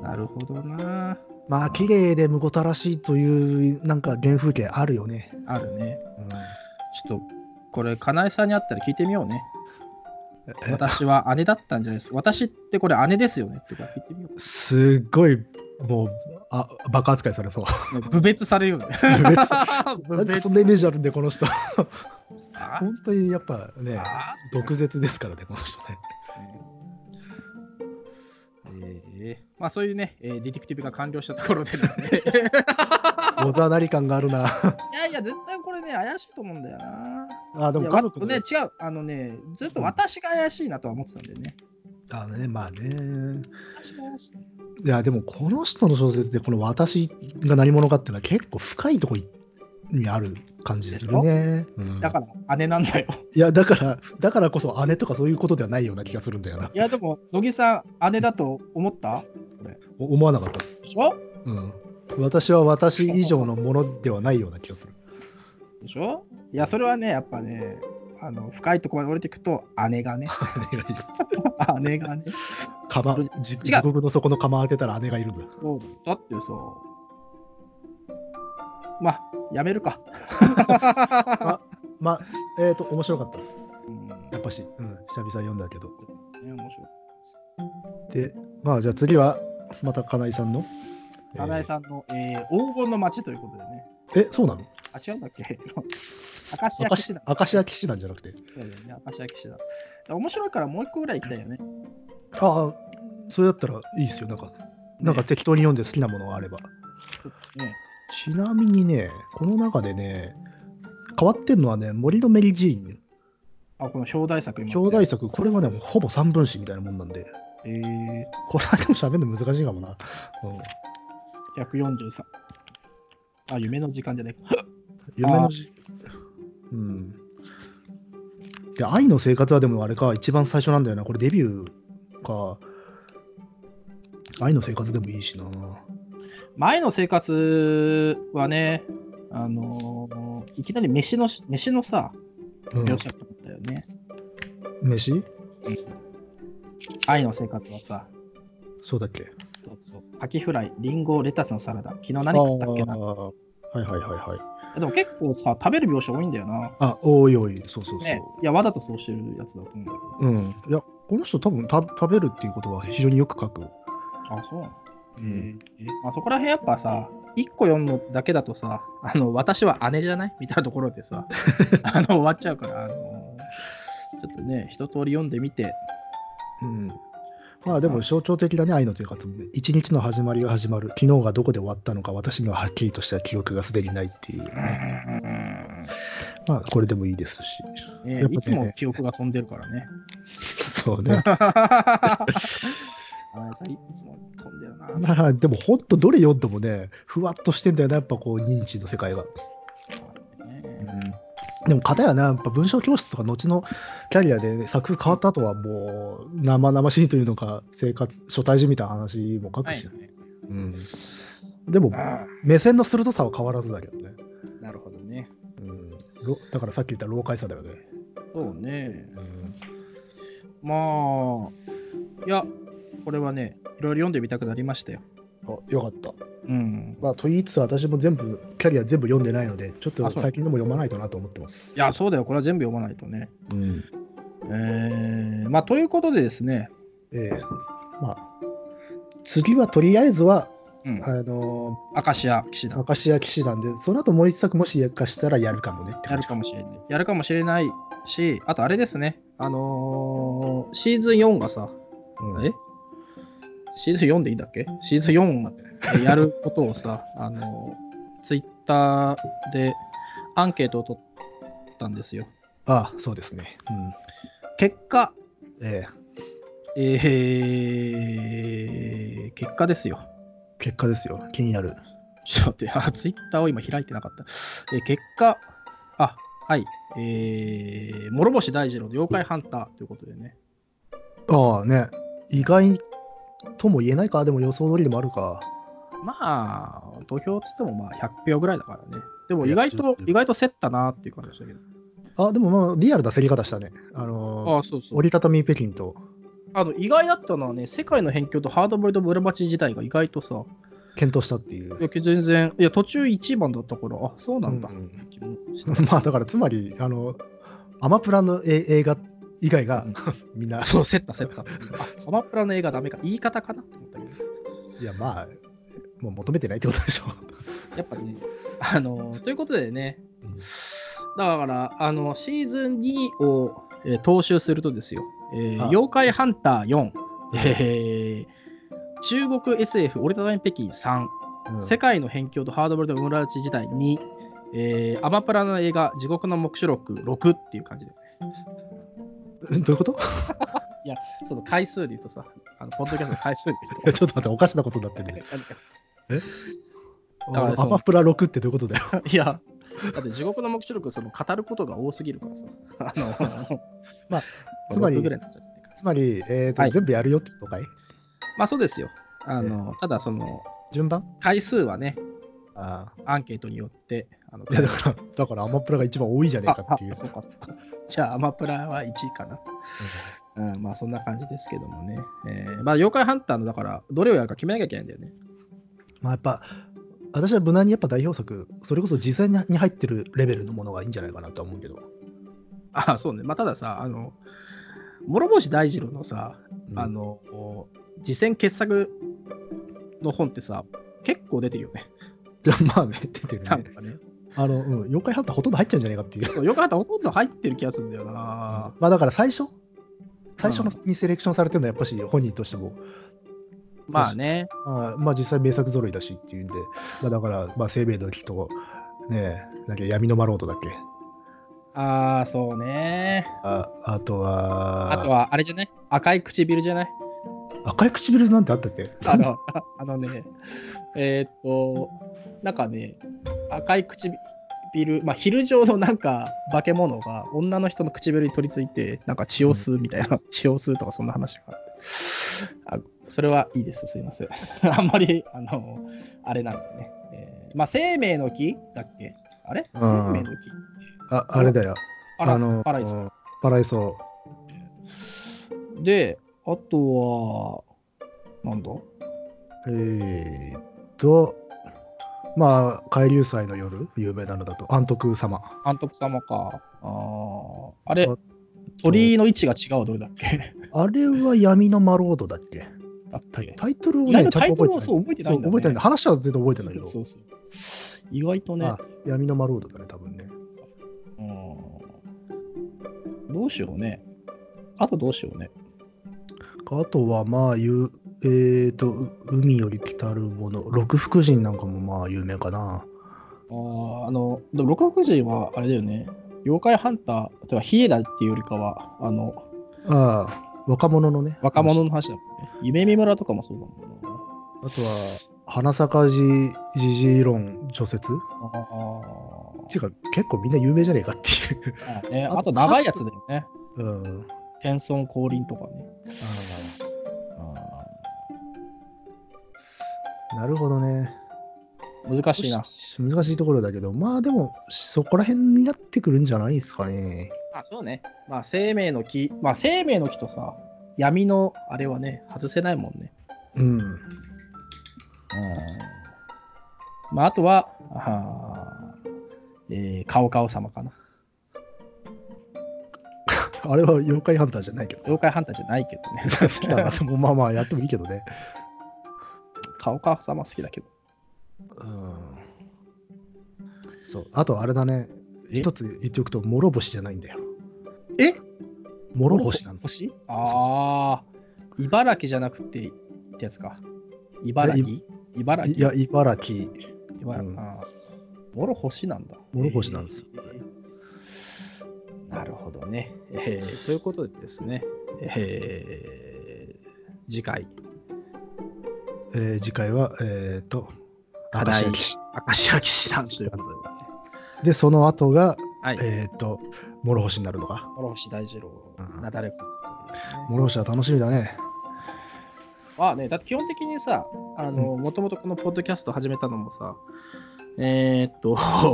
S2: う。
S1: なるほどな。
S2: まあ、綺麗でむごたらしいという、なんか原風景あるよね。
S1: あるね。
S2: うん
S1: ちょっと、これ、かなえさんに会ったら聞いてみようね。私は姉だったんじゃないですか。私ってこれ姉ですよねってか聞いてみよう
S2: すっごい、もう、あ、バカ扱いさ れそ
S1: ね
S2: う。
S1: 侮蔑されるよね。
S2: 別
S1: 侮
S2: なんか
S1: 蔑
S2: そんなイメージあるんで、この人。
S1: あ
S2: 本当にやっぱね、
S1: あ
S2: 毒舌ですからね、この人ね。
S1: えーまあそういうね、えーディティクティブが完了したところでです ね。
S2: おざなり感があるな。
S1: いやいや、絶対これね、怪しいと思うんだよな。
S2: あ、で
S1: い
S2: も
S1: や
S2: 家族
S1: わね、違う、あのね、ずっと私が怪しいなとは思ってたんだよね。
S2: あね、まあね。
S1: 私が怪しい。
S2: いやでもこの人の小説でこの「私が何者か」っていうのは結構深いとこにある感じでするね。うん
S1: だから姉なんだ よ。。
S2: いやだからだからこそ姉とかそういうことではないような気がするんだよない
S1: や、でも、乃木さん、姉だと思った
S2: お思わなかったです。
S1: でしょ
S2: うん私は私以上のものではないような気がする。
S1: でしょいや、それはね、やっぱね、あの深いところまで降りていくと、姉 がね、
S2: 姉がいる。
S1: 姉がね。
S2: 釜
S1: 違う
S2: じ地獄の底の釜開けたら姉がいるんだ。
S1: そうだだってさ、まあ、やめる か。
S2: まあえっ、と面白かったです。
S1: うんね、
S2: やっぱし、うん、久々読んだけど。
S1: 面白い。
S2: でまあじゃあ次はまた金井さんの。
S1: 金井さんの、えー黄金の街ということでね。
S2: えーえそうなの
S1: あ、違うんだっけ 明石
S2: 明
S1: 焼騎
S2: 石
S1: 士団。
S2: 明石焼き師なんじゃなくて。
S1: そうだよね、明石焼騎士団。面白いからもう一個ぐらい行きたいよね。
S2: ああ、それだったらいいですよ。なんか、なんか
S1: ね
S2: 適当に読んで好きなものがあれば。
S1: ちょっとね
S2: ちなみにね、この中でね、変わってんのはね、森のメリジーン。
S1: あ、この表題作今。
S2: 表題作、これはね、ほぼ三分詞みたいなもんなんで、
S1: えー、
S2: これはでも喋るの難しいかもな。うん、
S1: 143。あ、夢の時間じゃないか。
S2: 夢のじうん。で、愛の生活はでもあれか、一番最初なんだよな。これデビューか。愛の生活でもいいしな。
S1: 前の生活はね、あのーいきなり飯のし飯のさ、
S2: うん
S1: 描写だったよね。
S2: 飯
S1: 愛の生活はさ、
S2: そうだっけ
S1: そうそうカキフライ、リンゴ、レタスのサラダ。昨日何食ったっけな
S2: あーはいはいはいはい。
S1: でも結構さ、食べる描写多いんだよな。
S2: あ、おいおい、そうそうそう。
S1: ね、いや、わざとそうしてるやつだと思うんだけ
S2: う
S1: ど。
S2: ん。いや、この人多分た食べるっていうことは非常によく書く。
S1: あ、そうなの、
S2: うん
S1: えーまあ、そこら辺やっぱさ、1個読むだけだとさ、あの私は姉じゃないみたいなところで さ、あの終わっちゃうから、あのちょっとね、一通り読んでみて、
S2: うん。まあでも象徴的だね、愛の生活もね。一日の始まりが始まる。昨日がどこで終わったのか、私にははっきりとした記憶がすでにないっていうね。まあこれでもいい ですし。
S1: えー
S2: やっぱね
S1: いつも記憶が飛んでるから ね。
S2: そうね。
S1: あれさいいつも飛んでるな。
S2: まあでも本当どれ読んでもね、ふわっとしてんだよな、やっぱこう認知の世界が。
S1: ね
S2: でも片やな、やっぱ文章教室とか後のキャリアで、ね、作風変わった後はもう生々しいというのか生活初対面みたいな話も書
S1: は
S2: く
S1: い
S2: し、、でも目線の鋭さは変わらずだけどね。ろだからさっき言った老快さだよね。
S1: そうね。
S2: うん
S1: まあ、いや、これはね、いろいろ読んでみたくなりましたよ。
S2: あよかった。
S1: うん。
S2: まあ、と言いつつ私も全部、キャリア全部読んでないので、ちょっ
S1: あそ
S2: と
S1: う
S2: 最近のも読まないとなと思ってます。
S1: いや、そうだよ。これは全部読まないとね。
S2: うん、
S1: えー、まあ、ということでですね、
S2: ええまあ、次はとりあえずは、
S1: うん、
S2: あの
S1: アカシア騎士
S2: ー、
S1: 団
S2: 明石家騎士団で、その後もう一作もしかしたらやるかもねっ
S1: や
S2: て感
S1: る
S2: じ
S1: かもしれない。やるかもしれないし、あとあれですね、あのーシーズン4がさ、
S2: うん
S1: えシーズン4でいいんだっけシーズン4でやることをさ、あのー、ツイッターでアンケートを取ったんですよ。
S2: ああ、そうですね。うん、
S1: 結果、
S2: ええ
S1: えー、結果ですよ。
S2: 結果ですよ。気になる。
S1: ちょっと待って、あ、ツイッターを今開いてなかった。えー結果、あ、はい、えー、諸星大二郎の妖怪ハンターということでね。
S2: ああね、意外とも言えないか、でも予想通りでもあるか。
S1: まあ、投票っつってもまあ100票ぐらいだからね。でも意外
S2: いや
S1: と
S2: ちょっ、と
S1: 意外と競ったなっていう感じでしたけど。
S2: あ、でもまあ、リアルな競り方したね。あのー
S1: ああ、そうそう
S2: 折。りたたみ北京と
S1: あの意外だったのはね、世界の辺境とハードボイルドブルマチ自体が意外とさ、
S2: 検討したっていう
S1: い。や全然、いや途中1番だったから、あ、そうなんだ。
S2: うんうん
S1: 気もし
S2: まあ、だから、つまり、あの、アマプラのえ映画以外が、 みんな
S1: た、そう、競った競った。あ、アマプラの映画ダメか、言い方かなと思ったけど。
S2: いや、まあ、もう求めてないってことでしょ。
S1: やっぱね、あのということでね
S2: うん、
S1: だから、あの、シーズン2を、えー踏襲するとですよ、えー
S2: あ
S1: 妖怪ハンター4、えー中国 SF 折りたたみ北京3、
S2: うん
S1: 世界の辺境とハードボイルドオムラチ時代2、えーアマプラの映画、地獄の目視録6っていう感じで、
S2: どういうこと
S1: その回数で言うとさ、あのポッドキャストの回数で
S2: い や
S1: 言う
S2: ちょっと待って、おかしなことになってるね。
S1: と。
S2: あ
S1: から
S2: の
S1: その
S2: アマプラ6ってどういうことだよ。
S1: いや、だって地獄の目視録、その語ることが多すぎるから さ、あの、
S2: まあつまり
S1: 6ぐらいになっちゃってるから
S2: つまり、えーと
S1: はい
S2: 全部やるよってことかい
S1: まあそうですよ。あのただその
S2: 順番
S1: 回数はね、
S2: ああ。
S1: アンケートによって、あの
S2: いや、だから、だからアマプラが一番多いじゃねえかっていう
S1: ああ。そうかそうかじゃあ、アマプラは1位かな。うん、まあそんな感じですけどもね。えーまあ、妖怪ハンターのだから、どれをやるか決めなきゃいけないんだよね。
S2: まあやっぱ私は無難にやっぱ代表作それこそ実際に入ってるレベルのものがいいんじゃないかなとは思うけど、
S1: ああ、そうね。まあたださ、あの、諸星大二郎のさ、
S2: うん
S1: あの、次戦傑作の本ってさ、結構出てるよね。
S2: まあね出てる
S1: なん
S2: ね
S1: かね。
S2: あの、うん、妖怪ハンターほとんど入っちゃうんじゃないかっていう
S1: そう妖怪ハンターほとんど入ってる気がするんだよな
S2: ま。あだから最初最初のにセレクションされてるのはやっぱし本人としても、
S1: まあね。
S2: あーまあ実際名作揃いだしっていうんで、まあ、だから、まあ、生命の木とねえなんか闇のマロードだっけ
S1: ああ、そうね。
S2: ああとは
S1: あとはあれじゃない赤い唇じゃない
S2: 赤い唇なんてあったっけ
S1: あのあのね、えーっと、なんかね、赤い唇、まあ、昼上のなんか化け物が女の人の唇に取り付いて、なんか血を吸うみたいな、血を吸うとかそんな話があって。あそれはいいです、すいません。 あんまり、あの、あれなんでね。えーまあ、生命の木だっけあれ
S2: うん
S1: 生命の木
S2: ああれだよ
S1: パラ,、
S2: あの
S1: パライス。
S2: パライソ
S1: で、あとは、なんだ
S2: えーっと、まあ、海流祭の夜、有名なのだと、安徳様。
S1: 監督様か。あーあれ
S2: あ、
S1: 鳥居の位置が違うはどれだっけ
S2: あれは闇のマロードだっけ
S1: だっ
S2: タ
S1: け
S2: イタイトル
S1: 意
S2: をね、
S1: 外と
S2: ちゃ
S1: タ
S2: ん
S1: イト
S2: と
S1: ル
S2: 覚え
S1: を
S2: て
S1: そ
S2: ないう
S1: 覚えてないうんだ、ね。
S2: そ、覚えてないんだ。話は全然覚えてないけど、
S1: そうそう。意外とね。
S2: あ闇のマロードだね、多分ね。
S1: うんどうしようね。あとどうしようね。
S2: あとは、まあ、ゆえーっと、う海より来たるもの、六福神なんかもまあ、有名かな。
S1: あーあの、でも六福神はあれだよね。妖怪ハンター、てかヒエダっていうよりかは、あの、
S2: ああ、若者のね。
S1: 若者の話だもんね。夢見村とかもそうだもんな。
S2: あとは、花咲じじじい論諸説
S1: あ
S2: ていうか、結構みんな有名じゃねえかっていう。
S1: ーあ、ね。
S2: あと
S1: あと長いやつだよね。
S2: うん。
S1: 天孫降臨とかね。あ
S2: なるほどね。
S1: 難しいな。
S2: 難しいところだけど、まあでも、そこら辺になってくるんじゃないですかね。
S1: あそうね。まあ生命の木、まあ生命の木とさ、闇のあれはね、外せないもんね。
S2: う
S1: うん。
S2: ん。
S1: まああとは、あーえー、カオカオ様かな。
S2: あれは妖怪ハンターじゃないけど。
S1: 妖怪ハンターじゃないけどね。
S2: 好きだな。もうまあまあ、やってもいいけどね。
S1: カオカオ様好きだけど。
S2: うん。そう。あと、あれだね。
S1: え
S2: 一つ言っておくと、諸星じゃないんだよ。
S1: え
S2: 諸星なんだ。
S1: 星
S2: そうそう
S1: ああ、茨城じゃなくてってやつか。茨城茨
S2: い
S1: 城
S2: や、茨城。
S1: 茨城、
S2: うん
S1: ああもろ星なんだ。
S2: もろ星なんです
S1: えーなるほどね、えーということでですね、えー次回、
S2: えー次回は、えっ、と、
S1: 課題
S2: 明石焼き市
S1: 明石焼き師団ということで、ね、
S2: で、その後が、
S1: はい、
S2: えっ、と、諸星になるのか。
S1: 諸星大二郎、
S2: うん
S1: なだれ込むことですね。
S2: 諸星は楽しみだね。
S1: まあね、だって基本的にさ、あの、もともとこのポッドキャスト始めたのもさ、えーっと、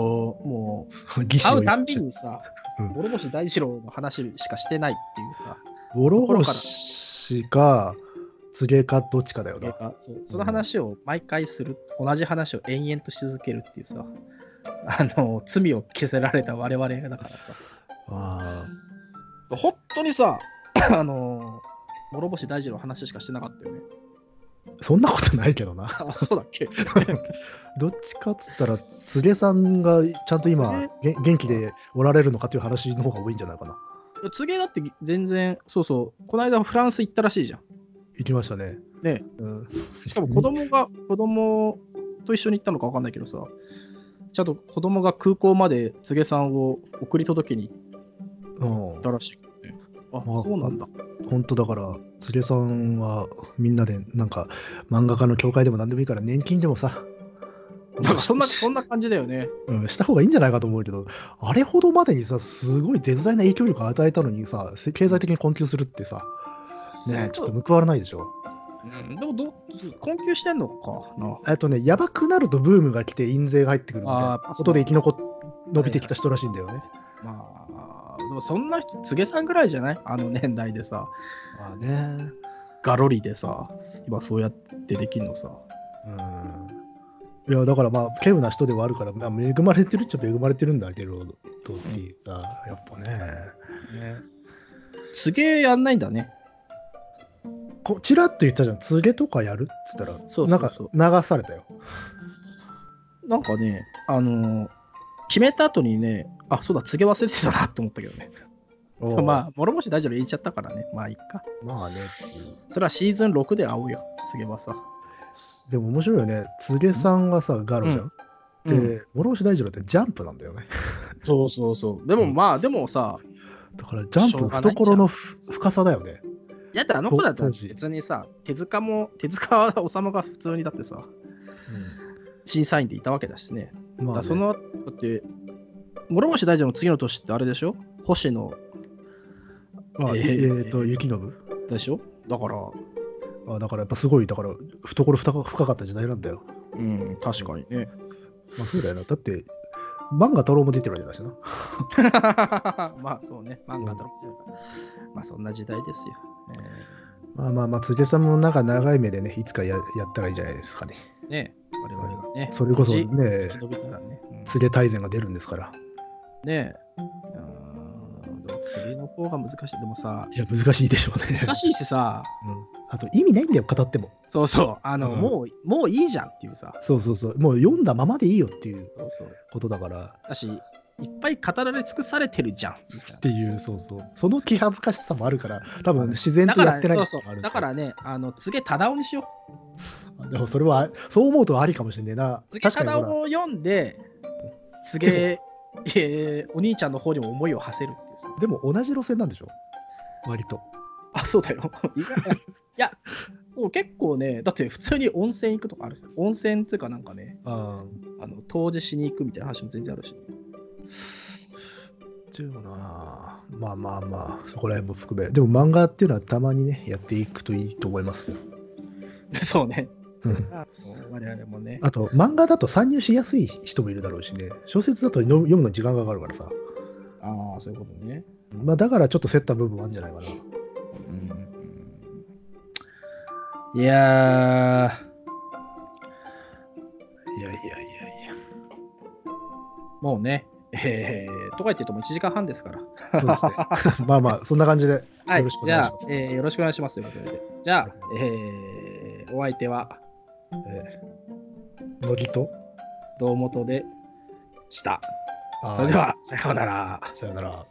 S1: もう、
S2: 義士
S1: 会
S2: を
S1: うたんびにさ
S2: うん、
S1: 諸星大二郎の話しかしてないっていうさ、
S2: 諸星か、告げかどっちかだよ
S1: なん
S2: な。
S1: かそうその話を毎回する、同じ話を延々とし続けるっていうさ、あの、罪を着せられた我々だからさ、
S2: あ
S1: 本当にさ、 あの、諸星大二郎の話しかしてなかったよね。
S2: ーそんなことないけどな。
S1: あ、そうだっけ
S2: どっちかっつったら、告げさんがちゃんと今、げ元気でおられるのかという話の方が多いんじゃないかな。
S1: 次だって全然、そうそう、この間フランス行ったらしいじゃん。
S2: 行きましたね。
S1: ね
S2: うん、
S1: しかも子供が、子供と一緒に行ったのか分かんないけどさ、ちゃんと子供が空港まで柘植さんを送り届けに行
S2: うん
S1: ったらしいからね。あ、
S2: あ
S1: そうなんだ。
S2: 本当だから、つれさんはみんなで、なんか、漫画家の協会でも何でもいいから、年金でもさ、
S1: なんかそんな、そんな感じだよね。
S2: うん、した方がいいんじゃないかと思うけど、あれほどまでにさ、すごい絶大な影響力を与えたのにさ、せ経済的に困窮するってさ、ねえちょっと報われないでしょ。
S1: うん、でもど、困窮してんのかな。
S2: えっとね、やばくなるとブームが来て、印税が入ってくるみたい
S1: あ
S2: な
S1: ーやっぱそう
S2: ことで生き残っ伸びてきた人らしいんだよね。
S1: まあ、でもそんな人、柘植さんぐらいじゃないあの年代でさ、
S2: まあね、
S1: ガロリでさ、今そうやってできんのさ。
S2: うん。いや、だからまあ、稀有な人ではあるから、まあ、恵まれてるっちゃ恵まれてるんだけど、とっていうさ、やっぱね。
S1: ね。すげえやんないんだね。
S2: こちらっと言ったじゃん、告げとかやるっつったら、
S1: そうそう
S2: なんか流されたよ。
S1: なんかね、あのー決めた後にね、あ、そうだ、告げ忘れてたなと思ったけどね。 まあ、諸星大丈夫言っちゃったからね。まあ、いっか。
S2: あ、まあねっていう
S1: それはシーズン6で会おうよ、告げはさ。
S2: でも面白いよね、告げさんがさ、ガロじゃん。で、
S1: うん
S2: 諸星大二郎ってジャンプなんだよね。
S1: そうそうそう。でもまあ、でもさ、
S2: だからジャン
S1: しょう
S2: プ
S1: がない
S2: 懐のふ深さだよね。
S1: やだ、あの子だったら
S2: 当時
S1: 別にさ、手塚も、手塚治虫が普通にだってさ、審査員でいたわけだしね。
S2: まあ
S1: だ
S2: ね、
S1: その、だって、諸星大丈夫の次の年ってあれでしょ星野
S2: あ
S1: え
S2: え
S1: ー
S2: ーと、雪信。
S1: でしょだから、
S2: あだからやっぱすごい、だから懐深か深かった時代なんだよ。
S1: うん、確かにね。
S2: まあそうだよな。だって、漫画太郎も出てるわけだしな。
S1: まあそうね、漫画だろうけど、まあそんな時代ですよ。え
S2: まあまあまあ、告げさんもなんか長い目でね、いつかややったらいいじゃないですかね。
S1: ーね我々がね、
S2: それこそ
S1: 無事
S2: ね
S1: 生、き延びたらね。うん
S2: 告げ大全が出るんですから。
S1: ねえ。うーん、でも次の方が難しい。でもさ、
S2: いや、難しいでしょうね。
S1: 難しいしさ、
S2: うんあと意味ないんだよ、語っても。
S1: そうそう、あの、
S2: うん
S1: もう、もういいじゃんっていうさ、
S2: そうそうそう。もう読んだままでいいよっていう
S1: そうそう。
S2: ことだから。
S1: だし、いっぱい語られ尽くされてるじゃん、みたいな
S2: っ。ていう、そうそう。その気恥ずかしさもあるから、多分自然
S1: だ
S2: と
S1: か
S2: やって
S1: ら、
S2: ない
S1: そう
S2: の
S1: そ
S2: もあ
S1: う
S2: る
S1: だからね、あの、告げ忠雄にしよう。
S2: でもそれは、そう思うとありかもしれないな。
S1: 告げ
S2: 確かに
S1: 忠
S2: ほ
S1: 雄
S2: ら、
S1: を読んで、告げ、 えーお兄ちゃんの方にも思いを馳せるっていうさ。
S2: でも同じ路線なんでしょ割と。
S1: あ、そうだよ。意外 いや、もう結構ね、だって普通に温泉行くとかあるんですよ。温泉っていうかなんかね、
S2: ああ。
S1: あの、当時しに行くみたいな話も全然あるし、
S2: ちゅうなまあまあまあ、そこら辺も含め。でも漫画っていうのはたまにね、やっていくといいと思いますよ。
S1: そうね。
S2: うん
S1: あの我々もね。
S2: あと、漫画だと参入しやすい人もいるだろうしね、小説だと読む読むのに時間がかかるからさ、
S1: ああ、そういうことね。
S2: まあ、だからちょっと競った部分はあるんじゃないかな。
S1: いやー、
S2: いやいやいやい
S1: もうね、えー、とか言ってともう1時間半ですから。
S2: や、そうですね。 まあまあ、そんな感じで。
S1: はい、
S2: よろしくお
S1: じ
S2: 願い
S1: ゃ
S2: し
S1: あ
S2: ます、
S1: えーよろしくお願いしますということで。じゃあ、えー、お相手は、
S2: えー、のりと、
S1: 堂本でした。
S2: あー
S1: それで、は、さようなら。
S2: さよなら。